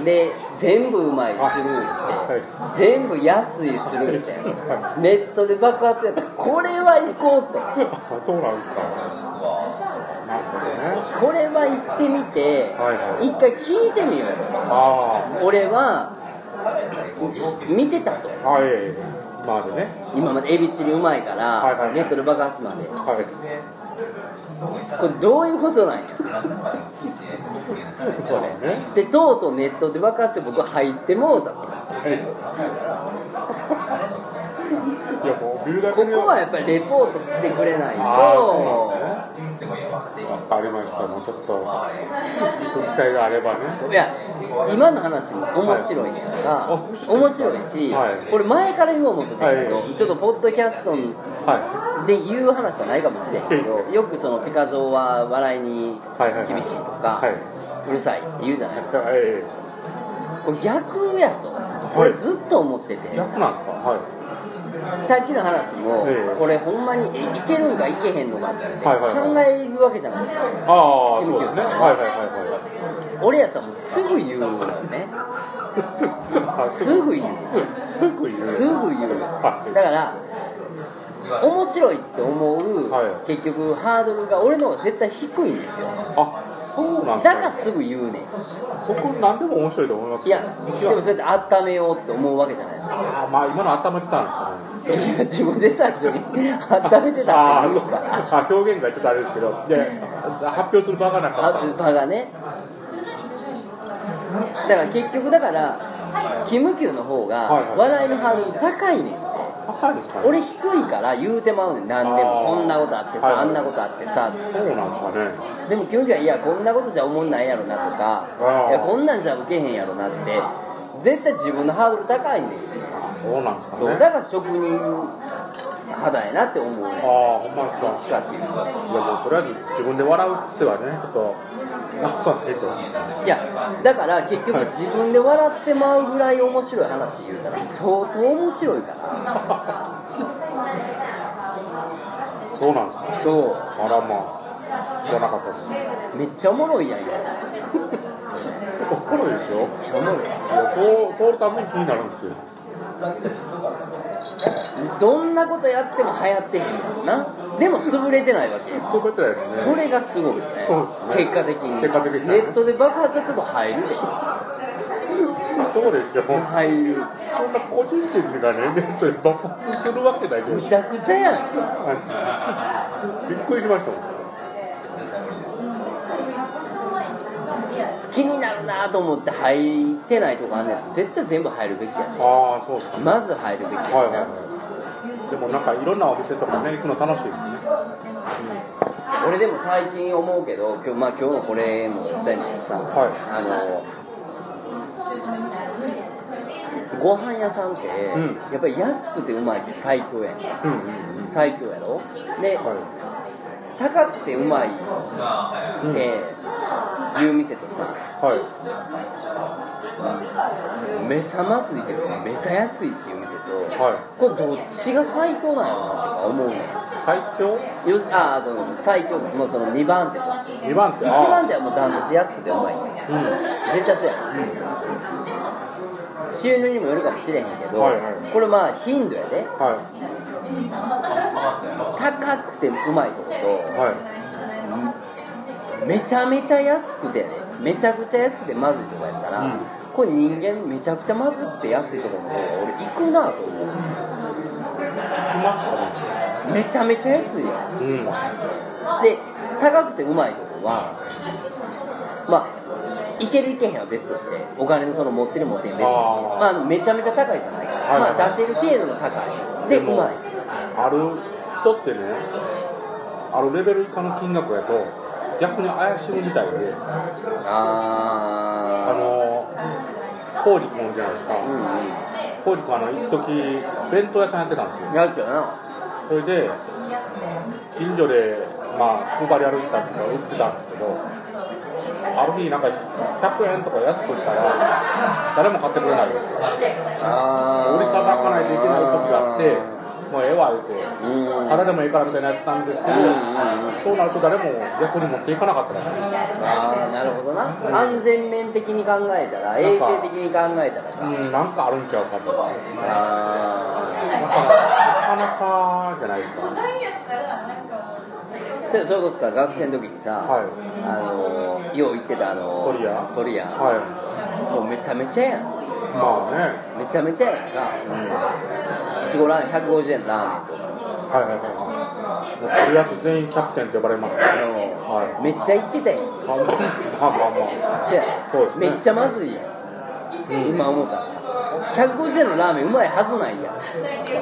[SPEAKER 1] で全部うまいスルーして、
[SPEAKER 2] は
[SPEAKER 1] 全部安いスルーして、
[SPEAKER 2] は
[SPEAKER 1] ネットで爆発やったらこれは行こうと
[SPEAKER 2] あそうなんですかなるほどね
[SPEAKER 1] これは行ってみて、
[SPEAKER 2] はいはい
[SPEAKER 1] 一回聞いてみよう
[SPEAKER 2] あ
[SPEAKER 1] 俺は見てたと
[SPEAKER 2] あはいまあでね
[SPEAKER 1] 今までエビチリうまいから、
[SPEAKER 2] はいはいはい
[SPEAKER 1] ネットで爆発まで
[SPEAKER 2] はい
[SPEAKER 1] これどういうことなんや
[SPEAKER 2] そうですね
[SPEAKER 1] でとうとうネットで爆発って僕は入ってもうたと
[SPEAKER 2] はいいやもうビルダー
[SPEAKER 1] ここはやっぱりレポートしてくれない
[SPEAKER 2] ああ
[SPEAKER 1] と
[SPEAKER 2] そうなんですねわかりましたもうちょっと行く機会があればね
[SPEAKER 1] いや今の話も面白いねんから、
[SPEAKER 2] あ面白い
[SPEAKER 1] 面白いし、
[SPEAKER 2] はい
[SPEAKER 1] これ前から言おう思ってたんやけど、
[SPEAKER 2] はい
[SPEAKER 1] ちょっとポッドキャスト
[SPEAKER 2] は
[SPEAKER 1] で言う話じゃないかもしれんけ
[SPEAKER 2] は
[SPEAKER 1] ど
[SPEAKER 2] い
[SPEAKER 1] よくそのペカゾーは笑いに
[SPEAKER 2] はいはいはい
[SPEAKER 1] 厳しいとか、
[SPEAKER 2] はいう
[SPEAKER 1] るさいって言うじゃない
[SPEAKER 2] い
[SPEAKER 1] ですか
[SPEAKER 2] は
[SPEAKER 1] これ逆やとこれずっと思ってて、
[SPEAKER 2] い逆なんですかはい
[SPEAKER 1] さっきの話も、
[SPEAKER 2] ええ
[SPEAKER 1] これほんまにえいけるんかいけへんのかって
[SPEAKER 2] はいはい
[SPEAKER 1] 考
[SPEAKER 2] はい
[SPEAKER 1] えるわけじゃないですか、
[SPEAKER 2] ああそうですねはいはいはいはい
[SPEAKER 1] 俺やったらもうすぐ言うのよねすぐ言う
[SPEAKER 2] すぐ言う
[SPEAKER 1] すぐ言うよ
[SPEAKER 2] はい
[SPEAKER 1] だから面白いって思う、
[SPEAKER 2] はい
[SPEAKER 1] 結局ハードルが俺の方が絶対低いんですよ
[SPEAKER 2] あそうなん
[SPEAKER 1] だ
[SPEAKER 2] です
[SPEAKER 1] からすぐ言うねん
[SPEAKER 2] そこ何でも面白いと思います
[SPEAKER 1] い
[SPEAKER 2] よ
[SPEAKER 1] やでもそうやって温めようって思うわけじゃないですか
[SPEAKER 2] あまあ今の温めてたんですかね
[SPEAKER 1] いや自分で最初に 温めてたっ
[SPEAKER 2] あ
[SPEAKER 1] てい
[SPEAKER 2] ーそうう
[SPEAKER 1] か
[SPEAKER 2] かあ表現がちょっとあれですけどいや発表する場がなかった
[SPEAKER 1] あ場がねだから結局だからキムキューの方が
[SPEAKER 2] はいはい
[SPEAKER 1] 笑いのハードル高いねん
[SPEAKER 2] 高いですかね
[SPEAKER 1] 俺低いから言うてまうねん何でも
[SPEAKER 2] あー
[SPEAKER 1] こんなことあって
[SPEAKER 2] はい
[SPEAKER 1] さ
[SPEAKER 2] は
[SPEAKER 1] あ
[SPEAKER 2] い
[SPEAKER 1] んなことあってさ
[SPEAKER 2] そうなんですかね
[SPEAKER 1] でもキムキューはいやこんなことじゃ思んないやろなとか
[SPEAKER 2] あー
[SPEAKER 1] いやこんなんじゃウケへんやろなって絶対自分のハードル高いねん
[SPEAKER 2] そうなんです
[SPEAKER 1] そう
[SPEAKER 2] かね
[SPEAKER 1] だから職人肌やなって思うねん
[SPEAKER 2] ああ
[SPEAKER 1] ど
[SPEAKER 2] ほんまで
[SPEAKER 1] っち
[SPEAKER 2] すか
[SPEAKER 1] かっていうと
[SPEAKER 2] いやもうとりあえず自分で笑う癖はねちょっとあそうなんですねと
[SPEAKER 1] いやだから結局自分で笑ってまうぐらい面白い話言うたら相当面白いか
[SPEAKER 2] そうなんです
[SPEAKER 1] ら
[SPEAKER 2] か
[SPEAKER 1] そ
[SPEAKER 2] あらまあ知らなかったです
[SPEAKER 1] うめっちゃおもろいやん今
[SPEAKER 2] おもろいです
[SPEAKER 1] め
[SPEAKER 2] よ
[SPEAKER 1] っちゃおもろい
[SPEAKER 2] いや通通るために気になるんですよ
[SPEAKER 1] どんなことやっても流行ってへんもんなでも潰れてないわけよ
[SPEAKER 2] そうやってないですね
[SPEAKER 1] それがすごいよね
[SPEAKER 2] そうですね
[SPEAKER 1] 結果的に
[SPEAKER 2] 結果的に
[SPEAKER 1] ネットで爆発はちょっと入るで
[SPEAKER 2] そうですよ。そ
[SPEAKER 1] 入る
[SPEAKER 2] んな個人的がね、ネットで爆発するわけないじゃない
[SPEAKER 1] む
[SPEAKER 2] です
[SPEAKER 1] ちゃくちゃやん
[SPEAKER 2] か。びっくりしましたもん。
[SPEAKER 1] 気になるなと思って入ってないとこあんねやつ絶対全部入るべきや
[SPEAKER 2] ああ、そうですか。
[SPEAKER 1] んまず入るべきやんな、
[SPEAKER 2] はいはいはい。でもなんかいろんなお店とかね、行くの楽しいですね。
[SPEAKER 1] 俺でも最近思うけど今日,、まあ、今日のこれもそうやねんけどさ、
[SPEAKER 2] はい
[SPEAKER 1] あのご飯屋さんって、
[SPEAKER 2] ん
[SPEAKER 1] やっぱり安くてうまいって最強やね
[SPEAKER 2] うんうんうん
[SPEAKER 1] ん最強やろで、
[SPEAKER 2] は
[SPEAKER 1] 高くてうまいっ
[SPEAKER 2] い。うん
[SPEAKER 1] て言う店とさ
[SPEAKER 2] は
[SPEAKER 1] めさまずいけどめさ安いっていう店
[SPEAKER 2] い。
[SPEAKER 1] と
[SPEAKER 2] は
[SPEAKER 1] これどっちが最強なんやろなってか思うねん
[SPEAKER 2] い。最強
[SPEAKER 1] よああの最強もうその2番手として
[SPEAKER 2] 二番手。
[SPEAKER 1] 1番手
[SPEAKER 2] 手。
[SPEAKER 1] はもうダントツで安くてうまいねん
[SPEAKER 2] うん。
[SPEAKER 1] 絶対そうやん、収入にもよるかもしれへんけど、
[SPEAKER 2] はいはい
[SPEAKER 1] これまあ頻度やで
[SPEAKER 2] は
[SPEAKER 1] 高くてうまいとこ
[SPEAKER 2] い。
[SPEAKER 1] と
[SPEAKER 2] は
[SPEAKER 1] めちゃめちゃ安くてやでめちゃくちゃ安くてまずいとこやったら、
[SPEAKER 2] うん
[SPEAKER 1] これ人間めちゃくちゃまずくて安いとこの方が俺行くなと思う
[SPEAKER 2] い。うま
[SPEAKER 1] めちゃめちゃ安いよ
[SPEAKER 2] っうん。は
[SPEAKER 1] で高くてうまいとこはまあいけるいけへんは別としてお金のその持ってる持ってへん別として
[SPEAKER 2] あー
[SPEAKER 1] まあ、めちゃめちゃ高いじゃないから、
[SPEAKER 2] はいはい
[SPEAKER 1] まあ、出せる程度の高いで
[SPEAKER 2] で
[SPEAKER 1] う
[SPEAKER 2] も
[SPEAKER 1] まい
[SPEAKER 2] ある人ってね、あるレベル以下の金額やと、逆に怪しむみたいで。あ
[SPEAKER 1] あ
[SPEAKER 2] の浩次君おるじゃないですか
[SPEAKER 1] あうんうん
[SPEAKER 2] 浩次君あの一時弁当屋さんやってたんですよ
[SPEAKER 1] やっけな
[SPEAKER 2] それで近所でまあ配り歩いてたっていうか売ってたんですけどある日なんか100円とか安くしたら誰も買ってくれないんですよ
[SPEAKER 1] あ
[SPEAKER 2] 折りさばかないといけない時があってもうええわ言うて、
[SPEAKER 1] うん
[SPEAKER 2] ただでもええからみたいなやったんですけど、
[SPEAKER 1] うんうんうん
[SPEAKER 2] そうなると誰も逆に持っていかなかったらしい
[SPEAKER 1] ああなるほどな安全面的に考えたら衛生的に考えたらか
[SPEAKER 2] うん、なんかあるんちゃうかとか、なんか
[SPEAKER 1] あ
[SPEAKER 2] なかなかじゃないですか、
[SPEAKER 1] あそれそれこそさ学生の時にさ、
[SPEAKER 2] はい
[SPEAKER 1] あのーよう行ってたあのー
[SPEAKER 2] コリア
[SPEAKER 1] コリア、
[SPEAKER 2] は
[SPEAKER 1] もうめちゃめちゃやん
[SPEAKER 2] い、まあね、
[SPEAKER 1] めちゃめちゃやんか
[SPEAKER 2] うん、はい
[SPEAKER 1] いちごラーメン150円のラーメンとか
[SPEAKER 2] はいはいはい、もうとりあえず全員キャプテンって呼ばれますね、
[SPEAKER 1] あのー
[SPEAKER 2] は
[SPEAKER 1] めっちゃ行ってたやん
[SPEAKER 2] い、まあまあまあま
[SPEAKER 1] せや
[SPEAKER 2] そうですね
[SPEAKER 1] めっちゃまずいやん、今思ったら150円のラーメンうまいはずないやん
[SPEAKER 2] あ、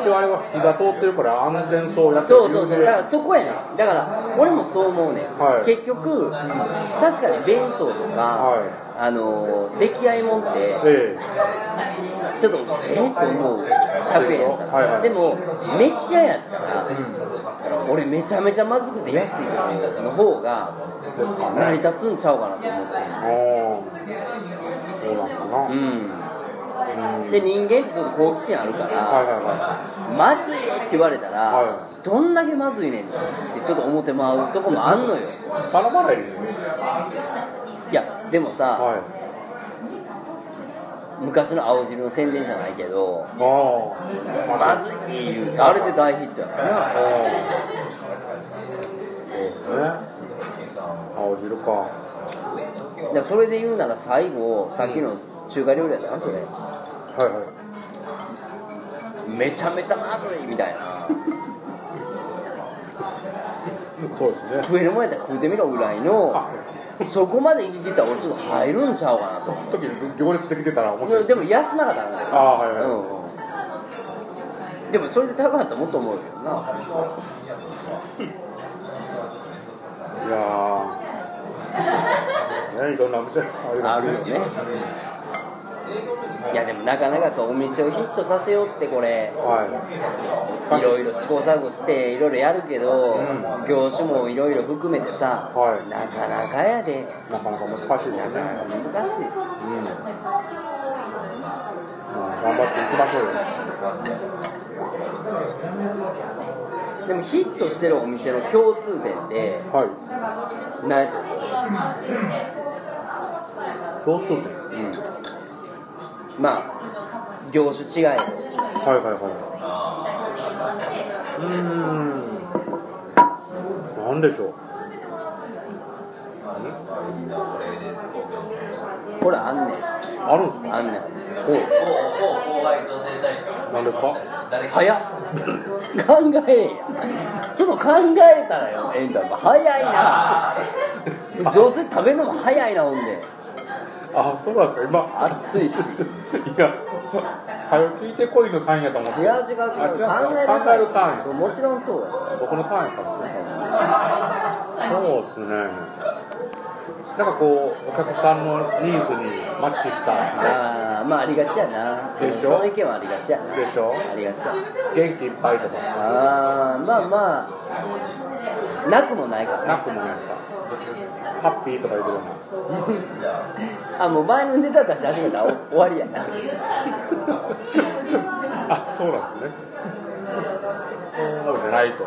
[SPEAKER 2] 一応あれは火が通ってるから安全そうやって
[SPEAKER 1] そうそうそうだか
[SPEAKER 2] は
[SPEAKER 1] らそこやねんだから俺もそう思うねん、
[SPEAKER 2] はい
[SPEAKER 1] 結局確かに弁当とか、
[SPEAKER 2] は
[SPEAKER 1] あのー出来合いもんって
[SPEAKER 2] ええ
[SPEAKER 1] ちょっとえっと思う100円やったら、
[SPEAKER 2] は
[SPEAKER 1] で
[SPEAKER 2] いはい
[SPEAKER 1] も飯屋やったら、俺めちゃめちゃまずくて安いの方が
[SPEAKER 2] ですか
[SPEAKER 1] 成り
[SPEAKER 2] ね。
[SPEAKER 1] 立つんちゃうかなと思って
[SPEAKER 2] おーそうなんか
[SPEAKER 1] う
[SPEAKER 2] な。うん。
[SPEAKER 1] ん
[SPEAKER 2] はい
[SPEAKER 1] で人間ってちょっと好奇心あるから、
[SPEAKER 2] はいは
[SPEAKER 1] まずいねって言われたら、
[SPEAKER 2] は
[SPEAKER 1] どんだけまずいねんってちょっと思ってまうとこもあんのよ
[SPEAKER 2] い。頼まないですよね。
[SPEAKER 1] いやでもさ、
[SPEAKER 2] はい。
[SPEAKER 1] 昔の青汁の宣伝じゃないけど
[SPEAKER 2] ああ。
[SPEAKER 1] まずい言うてあれで大ヒットやから
[SPEAKER 2] ああ。
[SPEAKER 1] な
[SPEAKER 2] そうですね。青汁か。
[SPEAKER 1] いやそれで言うなら最後さっきの中華料理やったなそれ
[SPEAKER 2] はいはい。
[SPEAKER 1] めちゃめちゃまずいみたいな
[SPEAKER 2] そうですね。
[SPEAKER 1] 食えるもんやったら食うてみろぐらいの
[SPEAKER 2] あ、
[SPEAKER 1] そこまで行き切ったら俺ちょっと入るんちゃうかなと
[SPEAKER 2] その時行列できてたら面
[SPEAKER 1] そ
[SPEAKER 2] 白
[SPEAKER 1] れ
[SPEAKER 2] い。
[SPEAKER 1] でも安なかったんだよ
[SPEAKER 2] ああはいはい
[SPEAKER 1] うんうん、でもそれで高かったらもっと思うけどない
[SPEAKER 2] やー。ね、いろんなお店ありま
[SPEAKER 1] あ
[SPEAKER 2] す
[SPEAKER 1] るよねいやでもなかなかこうお店をヒットさせようってこれ
[SPEAKER 2] は
[SPEAKER 1] い
[SPEAKER 2] い。
[SPEAKER 1] ろいろ試行錯誤していろいろやるけど、
[SPEAKER 2] うん
[SPEAKER 1] 業種もいろいろ含めてさ、
[SPEAKER 2] はい
[SPEAKER 1] なかなかやで
[SPEAKER 2] なかなか難しいです
[SPEAKER 1] な
[SPEAKER 2] よ
[SPEAKER 1] か
[SPEAKER 2] ね。
[SPEAKER 1] なか難しい
[SPEAKER 2] うん。まあ頑張っていきましょうよ。
[SPEAKER 1] でもヒットしてるお店の共通点って
[SPEAKER 2] はい。
[SPEAKER 1] 何やつ
[SPEAKER 2] 共通点。
[SPEAKER 1] うんまあ業種違い
[SPEAKER 2] はいはいはい。うーん。なんでしょう。
[SPEAKER 1] ほらあんねん
[SPEAKER 2] あるんですか。
[SPEAKER 1] あんねん
[SPEAKER 2] おい
[SPEAKER 4] 某某後輩女性社員から
[SPEAKER 2] なんですか。
[SPEAKER 4] 誰か
[SPEAKER 1] 早っ考えやちょっと考えたらよえんちゃん早いな女性食べるのも早いなほんで
[SPEAKER 2] あ、そうなんですか。今。
[SPEAKER 1] 暑いし
[SPEAKER 2] いや。はよ聞いてこいのサインやと思っ
[SPEAKER 1] 違
[SPEAKER 2] て。
[SPEAKER 1] う違う違う考
[SPEAKER 2] あ違
[SPEAKER 1] え
[SPEAKER 2] う
[SPEAKER 1] な
[SPEAKER 2] 考
[SPEAKER 1] さ
[SPEAKER 2] え
[SPEAKER 1] い
[SPEAKER 2] るターン
[SPEAKER 1] そうもちろんそうや
[SPEAKER 2] 僕のターンやったんですね。そうですね。なんかこう、お客さんのニーズにマッチした。
[SPEAKER 1] あーまあありがちやなそ
[SPEAKER 2] でしょ
[SPEAKER 1] その意見はありがちやな
[SPEAKER 2] でしょ
[SPEAKER 1] ありがちや
[SPEAKER 2] 元気いっぱいとか。
[SPEAKER 1] あーまあまあなくもないから
[SPEAKER 2] なくもないですか。ハッピーとか言うてるの。
[SPEAKER 1] あもう前のネタ出し始めたら終わりやな
[SPEAKER 2] あ、そうなんですね。そうじゃないと。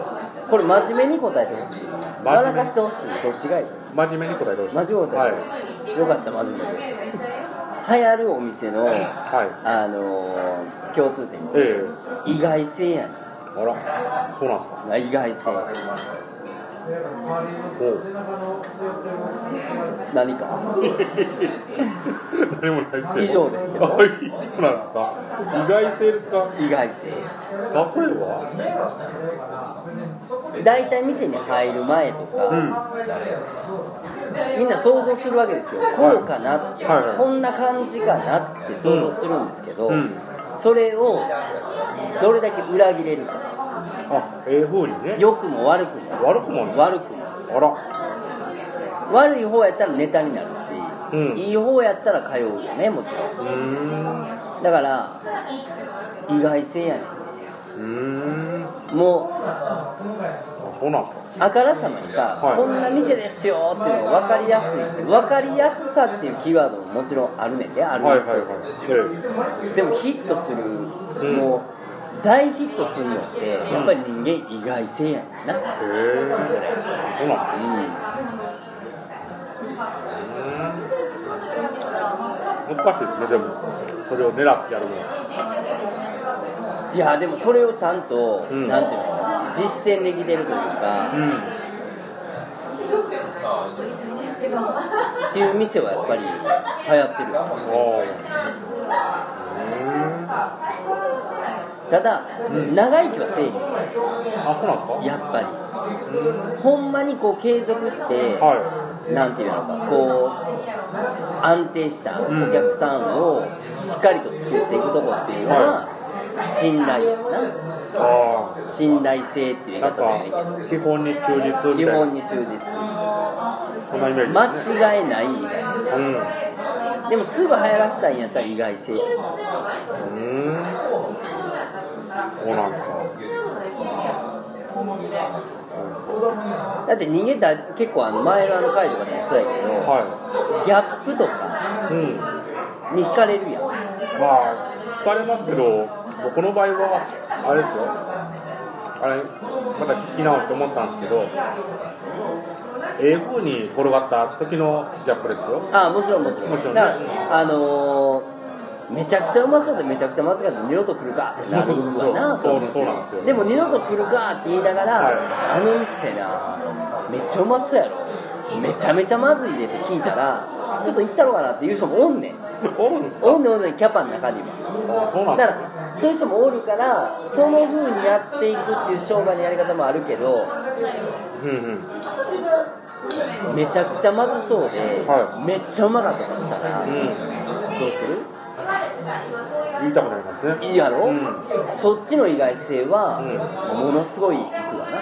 [SPEAKER 1] これ真面目に答えてほしい
[SPEAKER 2] 目
[SPEAKER 1] まだかしてほしいどっちがいい
[SPEAKER 2] 真面目に答えてほしい。
[SPEAKER 1] 真面目に答えてほしい、
[SPEAKER 2] はい。
[SPEAKER 1] よかった真面目で流行るお店の
[SPEAKER 2] は
[SPEAKER 1] あのー共通点
[SPEAKER 2] い。ええ
[SPEAKER 1] 意外性や
[SPEAKER 2] あら、そうなんで
[SPEAKER 1] な意
[SPEAKER 2] すか。
[SPEAKER 1] 外性
[SPEAKER 2] おう。
[SPEAKER 1] 何か
[SPEAKER 2] 何もないですよ。
[SPEAKER 1] 以上ですけど
[SPEAKER 2] はい、そうなんですか。意外性ですか。
[SPEAKER 1] 意外性
[SPEAKER 2] 例えば。
[SPEAKER 1] 大体店に入る前とか、
[SPEAKER 2] うん。
[SPEAKER 1] みんな想像するわけですよこうかなって、
[SPEAKER 2] はいはい
[SPEAKER 1] こんな感じかなって想像するんですけど、
[SPEAKER 2] うん
[SPEAKER 1] それをどれだけ裏切れるか
[SPEAKER 2] あ、ええ風にね。
[SPEAKER 1] 良くも悪くも
[SPEAKER 2] 悪くもね。
[SPEAKER 1] 悪くも
[SPEAKER 2] あら。
[SPEAKER 1] 悪い方やったらネタになるし、
[SPEAKER 2] うん
[SPEAKER 1] いい方やったら通うよねもちろ
[SPEAKER 2] うーん。
[SPEAKER 1] んだから意外性やね
[SPEAKER 2] うーん。
[SPEAKER 1] んもう
[SPEAKER 2] あ、そうなんですか。
[SPEAKER 1] あからさまにさ、
[SPEAKER 2] はい
[SPEAKER 1] こんな店ですよっていうのが分かりやすいって分かりやすさっていうキーワードももちろんあるねんであるねん
[SPEAKER 2] はいはいはい。え
[SPEAKER 1] でもヒットする、
[SPEAKER 2] うん
[SPEAKER 1] もう大ヒットするのってやっぱり人間意外性やねんな
[SPEAKER 2] へえそうなん
[SPEAKER 1] う
[SPEAKER 2] 難しいですねでもそれを狙ってやるのは
[SPEAKER 1] んいやでもそれをちゃんと、
[SPEAKER 2] うん
[SPEAKER 1] なんていうの実践できてるというか、
[SPEAKER 2] うん
[SPEAKER 1] っていう店はやっぱり流行ってる
[SPEAKER 2] あ
[SPEAKER 1] ただ、長生きはせえへ
[SPEAKER 2] ああそうなんですか
[SPEAKER 1] んやっぱりほんまにこう継続して、
[SPEAKER 2] は
[SPEAKER 1] なんていうのかこう安定したお客さんをしっかりと作っていくとこっていうのは、信頼やんない
[SPEAKER 2] あ
[SPEAKER 1] 信頼性ってい
[SPEAKER 2] あ
[SPEAKER 1] う
[SPEAKER 2] な
[SPEAKER 1] 言い方でいいけ
[SPEAKER 2] んか基本に忠実みたい
[SPEAKER 1] ど基
[SPEAKER 2] な
[SPEAKER 1] 本に忠実
[SPEAKER 2] そんなイメージですね
[SPEAKER 1] 間違いないみたいな
[SPEAKER 2] うん
[SPEAKER 1] でもすぐ流行らせたいんやったら意外性
[SPEAKER 2] うんそうなんですか
[SPEAKER 1] だって人間だ結構あの前のあの回とかでもそうやけど、
[SPEAKER 2] は
[SPEAKER 1] ギャップとか
[SPEAKER 2] いうん
[SPEAKER 1] に惹かれるやん
[SPEAKER 2] まあ、聞かれますけど、僕の場合は、あれですよ、あれ、また聞き直して思ったんですけど、ええ風に転がった時のギャップですよ。
[SPEAKER 1] あもちろんもちろん
[SPEAKER 2] もちろんね
[SPEAKER 1] だからあのーめちゃくちゃうまそうでめちゃくちゃまずかった二度と来るかってなるわな
[SPEAKER 2] そうそう
[SPEAKER 1] のうち
[SPEAKER 2] そうなんですよ
[SPEAKER 1] でも二度と来るかって言いながら、
[SPEAKER 2] は
[SPEAKER 1] あの店なめっちゃうまそうやろめちゃめちゃまずいでって聞いたらちょっと行ったろうかなっていう人もおんねん
[SPEAKER 2] おるんですか
[SPEAKER 1] おんねんおんねんキャパの中には
[SPEAKER 2] そうなん
[SPEAKER 1] だ
[SPEAKER 2] で
[SPEAKER 1] か
[SPEAKER 2] す
[SPEAKER 1] らそういう人もおるからその風にやっていくっていう商売のやり方もあるけど
[SPEAKER 2] うんうん。
[SPEAKER 1] めちゃくちゃまずそうで、
[SPEAKER 2] は
[SPEAKER 1] めっちゃうまかったとしたら、
[SPEAKER 2] うん。
[SPEAKER 1] どうする
[SPEAKER 2] 言いたくなりますね。
[SPEAKER 1] いいやろ、
[SPEAKER 2] うん
[SPEAKER 1] そっちの意外性は
[SPEAKER 2] う
[SPEAKER 1] ものすごいいくわな、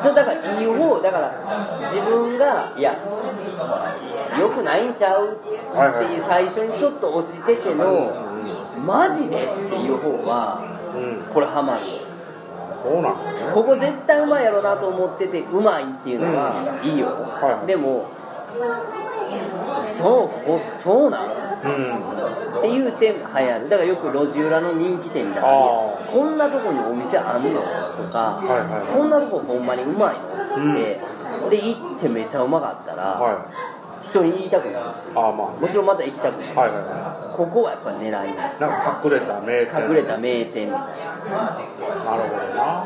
[SPEAKER 1] それだからいい方だから自分がいや良くないんちゃう
[SPEAKER 2] はい
[SPEAKER 1] って
[SPEAKER 2] はい
[SPEAKER 1] いう最初にちょっと落ちててのマジでっていう方は
[SPEAKER 2] うん。うん。
[SPEAKER 1] これハマる
[SPEAKER 2] そうなんですね。
[SPEAKER 1] ここ絶対うまいやろなと思っててうまいっていうのがいいよ、
[SPEAKER 2] はい
[SPEAKER 1] でもそうここそうなん
[SPEAKER 2] うん。
[SPEAKER 1] っていう点流行るだからよく路地裏の人気店みたいなのあるやんこんなとこにお店あんのとか、
[SPEAKER 2] いはい
[SPEAKER 1] こんなとこほんまにうまいのっつって、で行ってめちゃうまかったら、
[SPEAKER 2] はい。
[SPEAKER 1] 人に言いたくなるし
[SPEAKER 2] ああ、ま
[SPEAKER 1] もちろんまた行きたくな
[SPEAKER 2] あ。
[SPEAKER 1] る、
[SPEAKER 2] はいはいは
[SPEAKER 1] ここはやっぱ狙いま
[SPEAKER 2] い。
[SPEAKER 1] す
[SPEAKER 2] なんか隠れた名店。
[SPEAKER 1] 隠れた名店みたいな
[SPEAKER 2] なるほどな。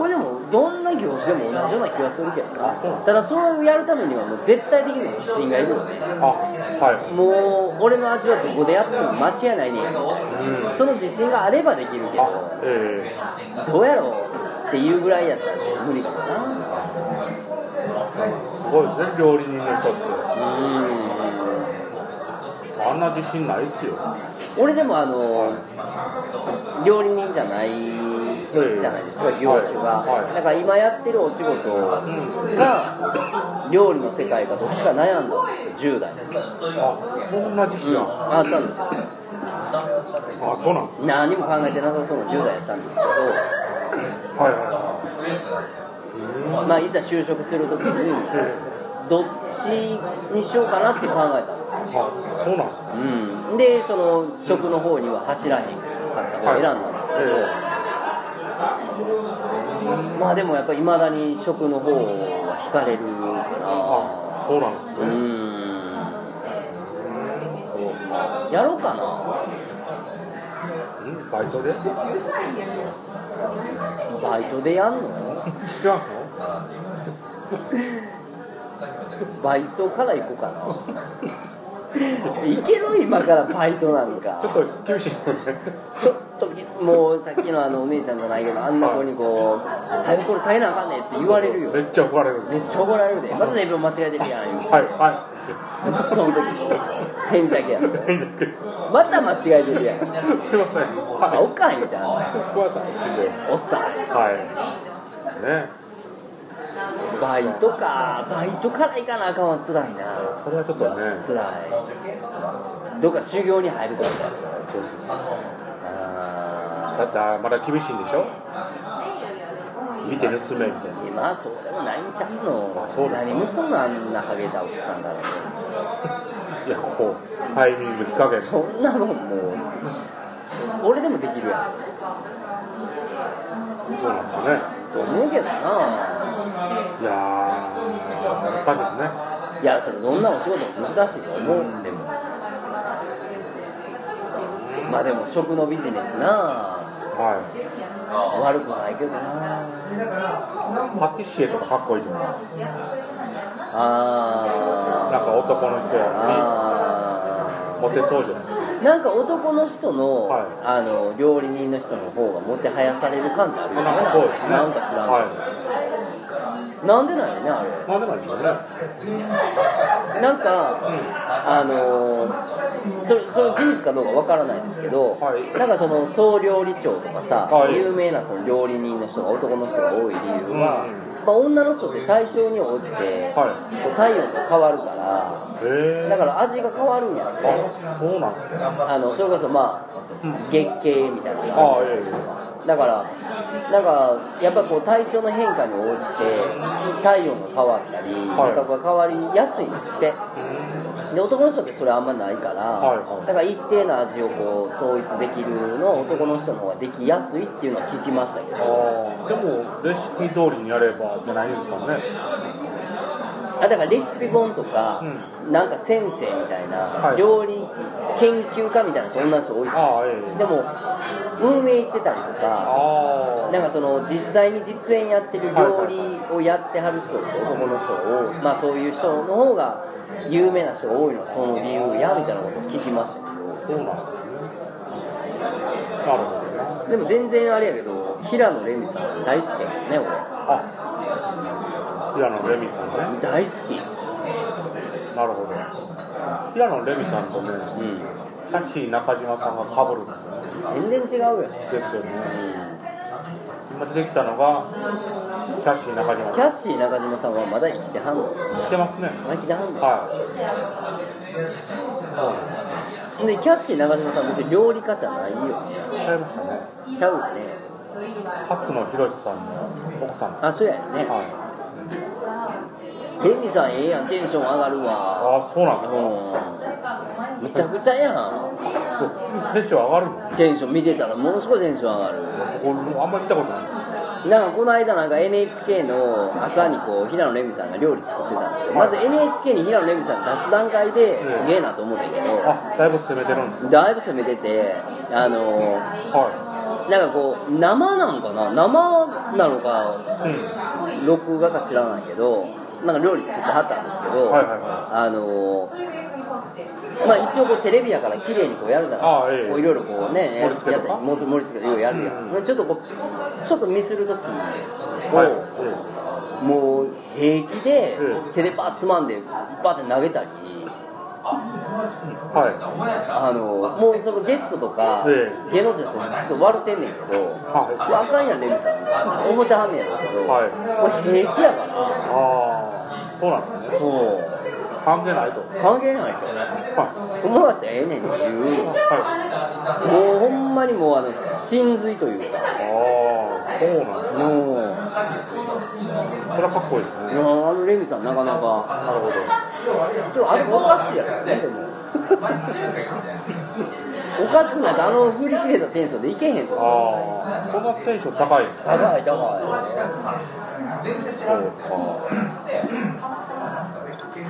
[SPEAKER 1] これでもどんな業種でも同じような気がするけど
[SPEAKER 2] そうな
[SPEAKER 1] なんただそれをやるためにはもう絶対的に自信がいるよね
[SPEAKER 2] あ、は
[SPEAKER 1] もう俺の味はどこでやっても間違いないねん
[SPEAKER 2] い。うん。
[SPEAKER 1] その自信があればできるけど
[SPEAKER 2] あ、ええ
[SPEAKER 1] どうやろうっていうぐらいやったら無理かもな
[SPEAKER 2] すごいですね、料理人の人って。
[SPEAKER 1] うん
[SPEAKER 2] あんな自信ないっすよ。
[SPEAKER 1] 俺でもあの料理人じゃないじゃないですか
[SPEAKER 2] はい
[SPEAKER 1] 業種が
[SPEAKER 2] はい
[SPEAKER 1] だから今やってるお仕事が料理の世界かどっちか悩んだんですよ10代
[SPEAKER 2] あ、そんな時期が。
[SPEAKER 1] あったんですよ
[SPEAKER 2] あ、そうなんで
[SPEAKER 1] 何も考えてなさそうな10代やったんですけど
[SPEAKER 2] す。はいは
[SPEAKER 1] まあいざ就職するときにどっちにしようかなって考えたんですよ
[SPEAKER 2] い。あ、そうなんですか。
[SPEAKER 1] うん、でその食の方には走らへんかった方を選んだんですけど、まあでもやっぱりいまだに食の方は惹かれるか
[SPEAKER 2] あ、そうなんです
[SPEAKER 1] なう
[SPEAKER 2] ね。
[SPEAKER 1] んやろうかな
[SPEAKER 2] うん、バイトで。違うんです
[SPEAKER 1] バイトでやんの
[SPEAKER 2] よ。
[SPEAKER 1] バイトから行こうかないける今からバイトなん
[SPEAKER 2] ちょっ
[SPEAKER 1] か
[SPEAKER 2] と厳しいですよね。
[SPEAKER 1] ちょっときもうさっきのあのお姉ちゃんじゃないけどあんな子にこう「早くこれ下げなあかんね」って言われるよ
[SPEAKER 2] めっちゃ怒られる。
[SPEAKER 1] めっちゃ怒られるでまだ年表間違えてるやん言うて
[SPEAKER 2] はい、は
[SPEAKER 1] その時返事だ けやん
[SPEAKER 2] い。
[SPEAKER 1] また間違えてるやん
[SPEAKER 2] すいません。
[SPEAKER 1] あ
[SPEAKER 2] は。
[SPEAKER 1] おかんみたいない
[SPEAKER 2] ごめんなさい。
[SPEAKER 1] おっさん
[SPEAKER 2] はい。ね。
[SPEAKER 1] バイトかバイトから行かなあかんはつらいな
[SPEAKER 2] それはちょっとね。
[SPEAKER 1] つらいどっか修行に入るとか
[SPEAKER 2] そうそう
[SPEAKER 1] あ
[SPEAKER 2] だって、まだ厳しいんでしょ見て盗めみたいな。
[SPEAKER 1] ー今はそうでもないんちゃうの
[SPEAKER 2] あそうですか
[SPEAKER 1] 何もそんなあんなハゲたおっさんから
[SPEAKER 2] いやこうタイミング火加減
[SPEAKER 1] そんなもんもう俺でもできるやん
[SPEAKER 2] そうなんですかね
[SPEAKER 1] と思うけどない
[SPEAKER 2] やー難しいですね
[SPEAKER 1] いやそれどんなお仕事も難しいと思うんでもまあでも食のビジネスな
[SPEAKER 2] はい
[SPEAKER 1] 悪くないけどな
[SPEAKER 2] パティシエとかかっこいいじゃないです
[SPEAKER 1] あ
[SPEAKER 2] か
[SPEAKER 1] ー
[SPEAKER 2] なんか男の人や
[SPEAKER 1] あ
[SPEAKER 2] のにモテそうじゃないですか
[SPEAKER 1] ーなんか男の人の,、
[SPEAKER 2] はい
[SPEAKER 1] あの料理人の人の方がもてはやされる感ってあるよね
[SPEAKER 2] なんかそうですね
[SPEAKER 1] なんか知らんけど、
[SPEAKER 2] は
[SPEAKER 1] なんでなんやねあれ
[SPEAKER 2] いまあでもいいですよね
[SPEAKER 1] なんか、あのーそれそれ事実かどうかわからないですけど、
[SPEAKER 2] はい
[SPEAKER 1] なんかその総料理長とかさ、
[SPEAKER 2] はい
[SPEAKER 1] 有名なその料理人の人が男の人が多い理由は、
[SPEAKER 2] うん
[SPEAKER 1] まあ、女の人って体調に応じて、
[SPEAKER 2] は
[SPEAKER 1] こう体温が変わるから
[SPEAKER 2] へえ
[SPEAKER 1] だから味が変わるんやって
[SPEAKER 2] あそうなんですね
[SPEAKER 1] あのそれこそまあ月経みたいなのが
[SPEAKER 2] あ
[SPEAKER 1] あ
[SPEAKER 2] あ
[SPEAKER 1] る
[SPEAKER 2] い
[SPEAKER 1] じゃないい
[SPEAKER 2] え
[SPEAKER 1] です
[SPEAKER 2] え
[SPEAKER 1] かだからなんかやっぱこう体調の変化に応じて体温が変わったり味
[SPEAKER 2] はい
[SPEAKER 1] 覚が変わりやすいんですって、で男の人ってそれあんまないから、
[SPEAKER 2] はいはい
[SPEAKER 1] だから一定の味をこう統一できるのは男の人の方ができやすいっていうのは聞きましたけ
[SPEAKER 2] あ
[SPEAKER 1] ど
[SPEAKER 2] ーでもレシピ通りにやればじゃないですかね
[SPEAKER 1] あだからレシピ本とか、なんか先生みたいな、
[SPEAKER 2] はい
[SPEAKER 1] 料理研究家みたいな人女の人多いじゃないですか、
[SPEAKER 2] あ
[SPEAKER 1] でも運営してたりとか
[SPEAKER 2] ああ
[SPEAKER 1] なんかその実際に実演やってる料理をやってはる人って男の人を、まあ、そういう人の方が有名な人が多いのはその理由やみたいなことを聞きました
[SPEAKER 2] そうなんですねなるほどね
[SPEAKER 1] でも全然あれやけど平野レミさん大好きなんですね俺
[SPEAKER 2] あ平野レミさんね
[SPEAKER 1] 大好き
[SPEAKER 2] なるほど平野レミさんとね
[SPEAKER 1] うん
[SPEAKER 2] キャシー中島さんがかぶるんです
[SPEAKER 1] 全然違うよね
[SPEAKER 2] よですよ
[SPEAKER 1] う
[SPEAKER 2] ね
[SPEAKER 1] ん
[SPEAKER 2] 今出てきたのがキャシー中島
[SPEAKER 1] キャ
[SPEAKER 2] さん
[SPEAKER 1] ッシー中島さんはまだ生きてはんの
[SPEAKER 2] 似てますね
[SPEAKER 1] まだ生きてはんの、
[SPEAKER 2] はい
[SPEAKER 1] でキャッシー中島さん別に料理家じゃないよね
[SPEAKER 2] ちゃいましたね
[SPEAKER 1] ちゃうよね
[SPEAKER 2] 勝野博さんの奥さんです
[SPEAKER 1] あそうやよね、
[SPEAKER 2] はい
[SPEAKER 1] レミさんええやんテンション上がるわ
[SPEAKER 2] あそうなんです
[SPEAKER 1] う
[SPEAKER 2] か
[SPEAKER 1] んむちゃくちゃやん
[SPEAKER 2] テンション上がるの
[SPEAKER 1] テンション見てたらものすごいテンション上がる
[SPEAKER 2] 俺もあんまり見たことないです
[SPEAKER 1] なんかこの間なんか NHK の朝にこう平野レミさんが料理作ってたんですよまず NHK に平野レミさん出す段階ですげえなと思ったけど
[SPEAKER 2] あだいぶ攻めてるんです
[SPEAKER 1] だいぶ攻めててあの
[SPEAKER 2] は
[SPEAKER 1] なんかこう生なんかな生なのか
[SPEAKER 2] い、うん、
[SPEAKER 1] 録画か知らないけどなんか料理作ってはったんですけど、
[SPEAKER 2] はいはい
[SPEAKER 1] あのーまあ一応こうテレビやから綺麗にこうやるじゃ
[SPEAKER 2] あ
[SPEAKER 1] ないで
[SPEAKER 2] あ
[SPEAKER 1] すかこう
[SPEAKER 2] ええ
[SPEAKER 1] いろいろこうねや
[SPEAKER 2] 盛り付けとか
[SPEAKER 1] やったり盛り盛り付けようやるやん、
[SPEAKER 2] う
[SPEAKER 1] ちょっとこうちょっとミスる時を、
[SPEAKER 2] はい
[SPEAKER 1] もう平気で
[SPEAKER 2] うん
[SPEAKER 1] 手でバッつまんでバッて投げたり
[SPEAKER 2] はい
[SPEAKER 1] あのーもうそのゲストとか
[SPEAKER 2] え
[SPEAKER 1] 芸能人の人にちょっと笑ってんねんけどあかんやんレミさん思ってはんねんやろうけど、
[SPEAKER 2] はい
[SPEAKER 1] もう平気やから
[SPEAKER 2] ああそうなんですね
[SPEAKER 1] そう
[SPEAKER 2] 関係ないと
[SPEAKER 1] 関係ないと
[SPEAKER 2] は
[SPEAKER 1] 思わせええねんっていう
[SPEAKER 2] いはい
[SPEAKER 1] もうほんまにもうあの真髄という
[SPEAKER 2] あ
[SPEAKER 1] か
[SPEAKER 2] あそうなんですね
[SPEAKER 1] もう
[SPEAKER 2] これはかっこいいです
[SPEAKER 1] いや
[SPEAKER 2] ね
[SPEAKER 1] あのレミさんなかなか
[SPEAKER 2] なるほ
[SPEAKER 1] ち
[SPEAKER 2] ど
[SPEAKER 1] ょっとあれおかしいやろでもおかしくないとあの振り切れたテンションでいけへんと
[SPEAKER 2] ああそんなテンション高いです
[SPEAKER 1] 高い高
[SPEAKER 2] そうか
[SPEAKER 1] い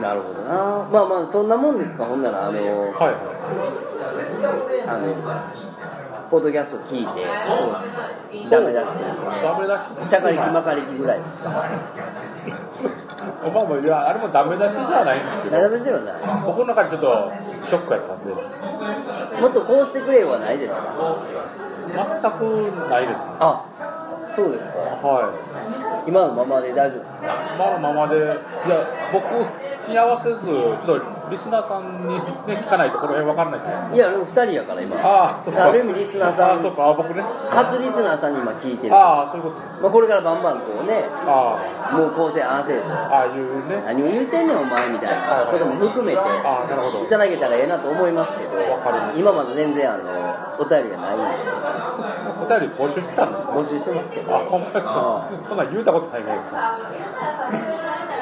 [SPEAKER 1] なるほどなまあまあそんなもんですかほんならあの
[SPEAKER 2] はいは
[SPEAKER 1] あのポッドキャスト聞いてちょっとダメ出して
[SPEAKER 2] いダメ出し
[SPEAKER 1] しゃかりきまかりきぐらいですか
[SPEAKER 2] まあまあいやあれもダメ出しじゃないんですけ
[SPEAKER 1] ダメ
[SPEAKER 2] ど
[SPEAKER 1] 出しではない
[SPEAKER 2] 僕の中でちょっとショックやったんで
[SPEAKER 1] もっとこうしてくれよはないですか
[SPEAKER 2] 全くないですね
[SPEAKER 1] あそうですか
[SPEAKER 2] は
[SPEAKER 1] 今のままで大丈夫ですか
[SPEAKER 2] い今のままでいや僕に合わせずちょっとリスナーさんに、ね、聞かないとこの辺わかんないじゃないですか
[SPEAKER 1] いや2人やから今
[SPEAKER 2] ああ、そっか。
[SPEAKER 1] ある意味リスナーさん
[SPEAKER 2] ああ、そっか、あ僕ね。
[SPEAKER 1] 初リスナーさんに今聞いてる、ま
[SPEAKER 2] ああ、そういうことです。
[SPEAKER 1] あ、これからバンバンこうね
[SPEAKER 2] あ
[SPEAKER 1] もう構成合わせる
[SPEAKER 2] あ、
[SPEAKER 1] と
[SPEAKER 2] ああいうね。
[SPEAKER 1] 何を言うてんねんお前みたいなことも含めて
[SPEAKER 2] ああ、なるほど。
[SPEAKER 1] いただけたらええなと思いますけど
[SPEAKER 2] わかりました
[SPEAKER 1] 今まで全然あのお便りがないんで
[SPEAKER 2] お便り募集してたんですね。
[SPEAKER 1] 募集してますけ
[SPEAKER 2] あ、ほん
[SPEAKER 1] ど
[SPEAKER 2] まですか。そんなん言うたことないですね。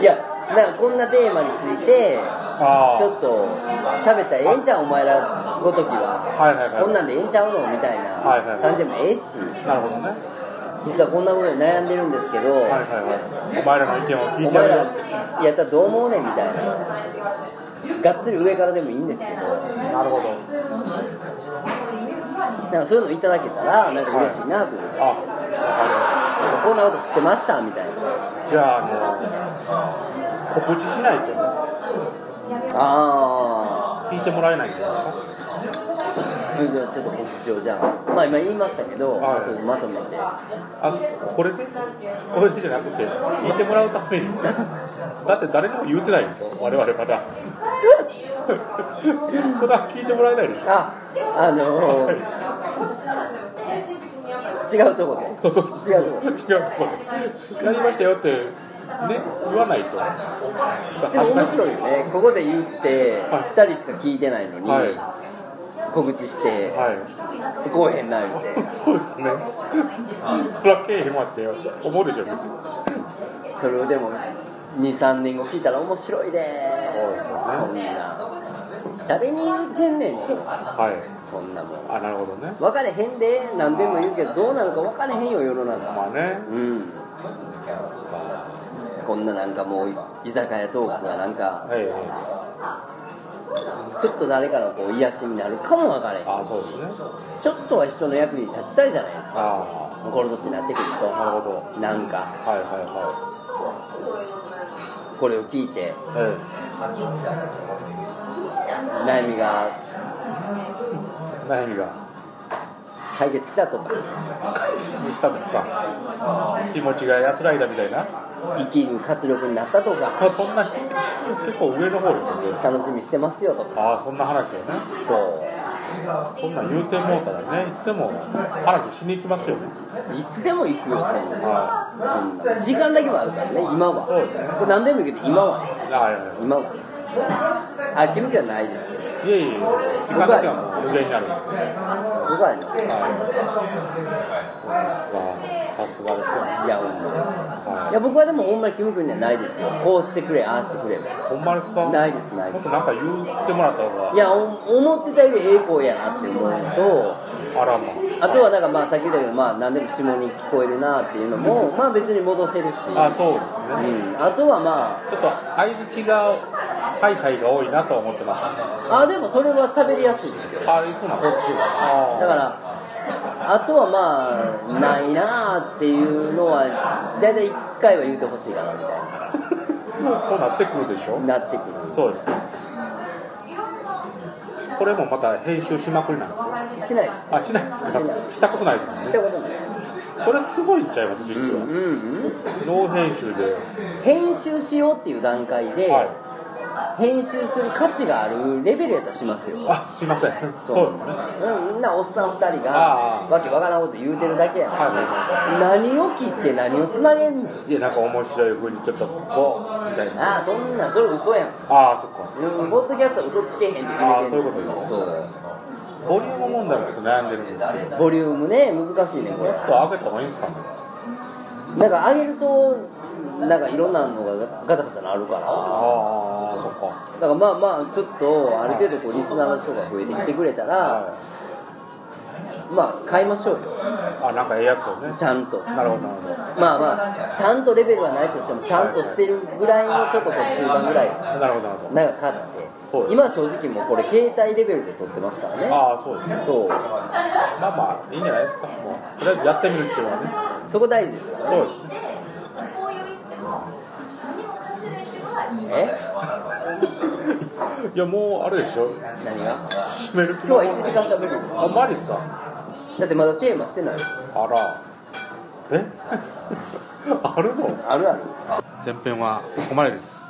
[SPEAKER 1] いやなんかこんなテーマについて
[SPEAKER 2] ああ
[SPEAKER 1] ちょっと喋ったらええんちゃうお前らごときは
[SPEAKER 2] はいはいはい
[SPEAKER 1] こんなんでええんちゃうのみたい
[SPEAKER 2] はいはいは
[SPEAKER 1] ない感じでもええし
[SPEAKER 2] なるほどね
[SPEAKER 1] 実はこんなことに悩んでるんですけど、
[SPEAKER 2] はいはいはいお前らの意見を聞い
[SPEAKER 1] お
[SPEAKER 2] て
[SPEAKER 1] 前
[SPEAKER 2] やる
[SPEAKER 1] ら
[SPEAKER 2] よって
[SPEAKER 1] やったらどう思うねんみたいながっつり上からでもいいんですけど
[SPEAKER 2] なるほど
[SPEAKER 1] なんかそういうのいただけたらなんか嬉しいなという、
[SPEAKER 2] あわかりま
[SPEAKER 1] なんかこんなこと知ってましたみたいな
[SPEAKER 2] すじゃああの告知しないと
[SPEAKER 1] あ
[SPEAKER 2] 聞いてもらえないんですか
[SPEAKER 1] あじゃあちょっと告知をじゃあまあ今言いましたけど、
[SPEAKER 2] はい
[SPEAKER 1] そうまとめて
[SPEAKER 2] あこれでこれでじゃなくて聞いてもらうた めにだって誰にも言うてないでしょ我々まだそれは聞いてもらえないでしょ
[SPEAKER 1] ああのー違うとこで
[SPEAKER 2] そうそうそう
[SPEAKER 1] 違うとこ
[SPEAKER 2] 違うところでやりましたよってね言わないと
[SPEAKER 1] でも面白い
[SPEAKER 2] は
[SPEAKER 1] よねここで言って
[SPEAKER 2] はい
[SPEAKER 1] 2人しか聞いてないのに、
[SPEAKER 2] い
[SPEAKER 1] 告知して
[SPEAKER 2] は
[SPEAKER 1] こうへんなみたい
[SPEAKER 2] い そうですねそらけえへんわって思うでしょ
[SPEAKER 1] なそれをでも23年後聞いたら面白いで
[SPEAKER 2] そうですよね
[SPEAKER 1] そんな誰に言うてんねん
[SPEAKER 2] はい
[SPEAKER 1] そんなもん
[SPEAKER 2] あなるほどね
[SPEAKER 1] 分かれへんで何遍も言うけどどうなるか分かれへんよ世の中
[SPEAKER 2] まあね
[SPEAKER 1] うんこんななんかもう居酒屋トークがなんか
[SPEAKER 2] はいはい
[SPEAKER 1] ちょっと誰かのこう癒しになるかも分かれへん
[SPEAKER 2] あそうですね
[SPEAKER 1] ちょっとは人の役に立ちたいじゃないですか
[SPEAKER 2] あ
[SPEAKER 1] この年になってくる
[SPEAKER 2] あなるほど
[SPEAKER 1] となんか
[SPEAKER 2] はいは
[SPEAKER 1] これを聞いて
[SPEAKER 2] いはい、ええ
[SPEAKER 1] 悩みが
[SPEAKER 2] 悩みが
[SPEAKER 1] 解決したとか
[SPEAKER 2] したとか気持ちが安らいだみたいな
[SPEAKER 1] 生きる活力になったとか
[SPEAKER 2] あそんな結構上の方ですよね
[SPEAKER 1] 楽しみしてますよとか
[SPEAKER 2] ああそんな話をね
[SPEAKER 1] そう
[SPEAKER 2] そんなん言うてもうたらねいつでも話しに行きますよね
[SPEAKER 1] いつでも行くよそんな
[SPEAKER 2] は
[SPEAKER 1] そんな時間だけはあるからね今は
[SPEAKER 2] そうですね
[SPEAKER 1] これ何でもいいけど今はい
[SPEAKER 2] ああ
[SPEAKER 1] 今はあ決めてはないですけど
[SPEAKER 2] いやいやいえいえ時間だけはもう無限になる
[SPEAKER 1] 僕はありますよ
[SPEAKER 2] はいそうですかさすがですよ、
[SPEAKER 1] いやほんまい
[SPEAKER 2] は
[SPEAKER 1] や僕はでもほんまにキム君にはないですよこうしてくれああしてくれ
[SPEAKER 2] い、ほんまですか
[SPEAKER 1] ないですないです
[SPEAKER 2] もっとなんか言ってもらった方
[SPEAKER 1] いやお思ってたよりええ子やなって思うのと
[SPEAKER 2] があらま
[SPEAKER 1] あとはなんかまあさっき言ったけどまあ何でも下に聞こえるなっていうのもまあ別に戻せるし
[SPEAKER 2] あそうですね
[SPEAKER 1] うん、あとはま
[SPEAKER 2] ちょっと相づちがハイハイが多いなとは思ってます
[SPEAKER 1] ああでもそれは喋りやすいですよ
[SPEAKER 2] ああいうふうな
[SPEAKER 1] こっちはだからあとはまあないなあっていうのは大体1回は言うてほしいかなみたい
[SPEAKER 2] そうなってくるでしょ
[SPEAKER 1] ななってくる
[SPEAKER 2] そうですこれもまた編集しまくりなんです
[SPEAKER 1] し
[SPEAKER 2] よ
[SPEAKER 1] ないです
[SPEAKER 2] あしないですか
[SPEAKER 1] しない
[SPEAKER 2] したことないですもん
[SPEAKER 1] し
[SPEAKER 2] ね
[SPEAKER 1] たことないです
[SPEAKER 2] それすごいんちゃいます実
[SPEAKER 1] うん
[SPEAKER 2] は、
[SPEAKER 1] うんうん
[SPEAKER 2] ノー編集で、
[SPEAKER 1] 編集しようっていう段階で、
[SPEAKER 2] は
[SPEAKER 1] 編集する価値があるレベルやったらしますよ
[SPEAKER 2] いあすいませんそうですね
[SPEAKER 1] うん、みんなおっさん2人が
[SPEAKER 2] ああ
[SPEAKER 1] わけわからんこと言うてるだけやのに、
[SPEAKER 2] はい
[SPEAKER 1] 何を切って何をつなげんの
[SPEAKER 2] いやなんか面白いふうにちょっとこうみたいな
[SPEAKER 1] ああそんなんそれ嘘やん
[SPEAKER 2] ああそっか
[SPEAKER 1] うんポッドキャストは嘘つけへんって決めてんの
[SPEAKER 2] ああそういうことです
[SPEAKER 1] そう
[SPEAKER 2] ボリューム問題もちょっと悩んでるんですけどちょっ
[SPEAKER 1] ボリュームね難しいねこれ
[SPEAKER 2] と上げた方がいいんですかね
[SPEAKER 1] なんか上げるとなんかいろんなのがガサガサなるから
[SPEAKER 2] ああそっか
[SPEAKER 1] だからまあまあちょっとある程度こうリスナーの人が増えてきてくれたら
[SPEAKER 2] は
[SPEAKER 1] まあ買いましょうよ
[SPEAKER 2] いあなんかええやつをね
[SPEAKER 1] ちゃんと
[SPEAKER 2] なるほどなるほど
[SPEAKER 1] まあまあちゃんとレベルはないとしてもちゃんとしてるぐらいのちょっとこう中盤ぐらい
[SPEAKER 2] なるほどなる
[SPEAKER 1] な
[SPEAKER 2] ほど
[SPEAKER 1] んか買って
[SPEAKER 2] そうです
[SPEAKER 1] 今正直もうこれ携帯レベルで撮ってますからね
[SPEAKER 2] ああそうですね
[SPEAKER 1] そう
[SPEAKER 2] まあまあいいんじゃないですかもうとりあえずやってみるっていうのはね
[SPEAKER 1] そこ大事ですよ
[SPEAKER 2] そうですね
[SPEAKER 1] え
[SPEAKER 2] いやもうあれでしょ
[SPEAKER 1] 何が
[SPEAKER 2] 締める気
[SPEAKER 1] 今日は1時間食べるんです
[SPEAKER 2] あマジですか
[SPEAKER 1] だってまだテーマしてない
[SPEAKER 2] あらえ あるの
[SPEAKER 1] あるある
[SPEAKER 2] 前編はここまでです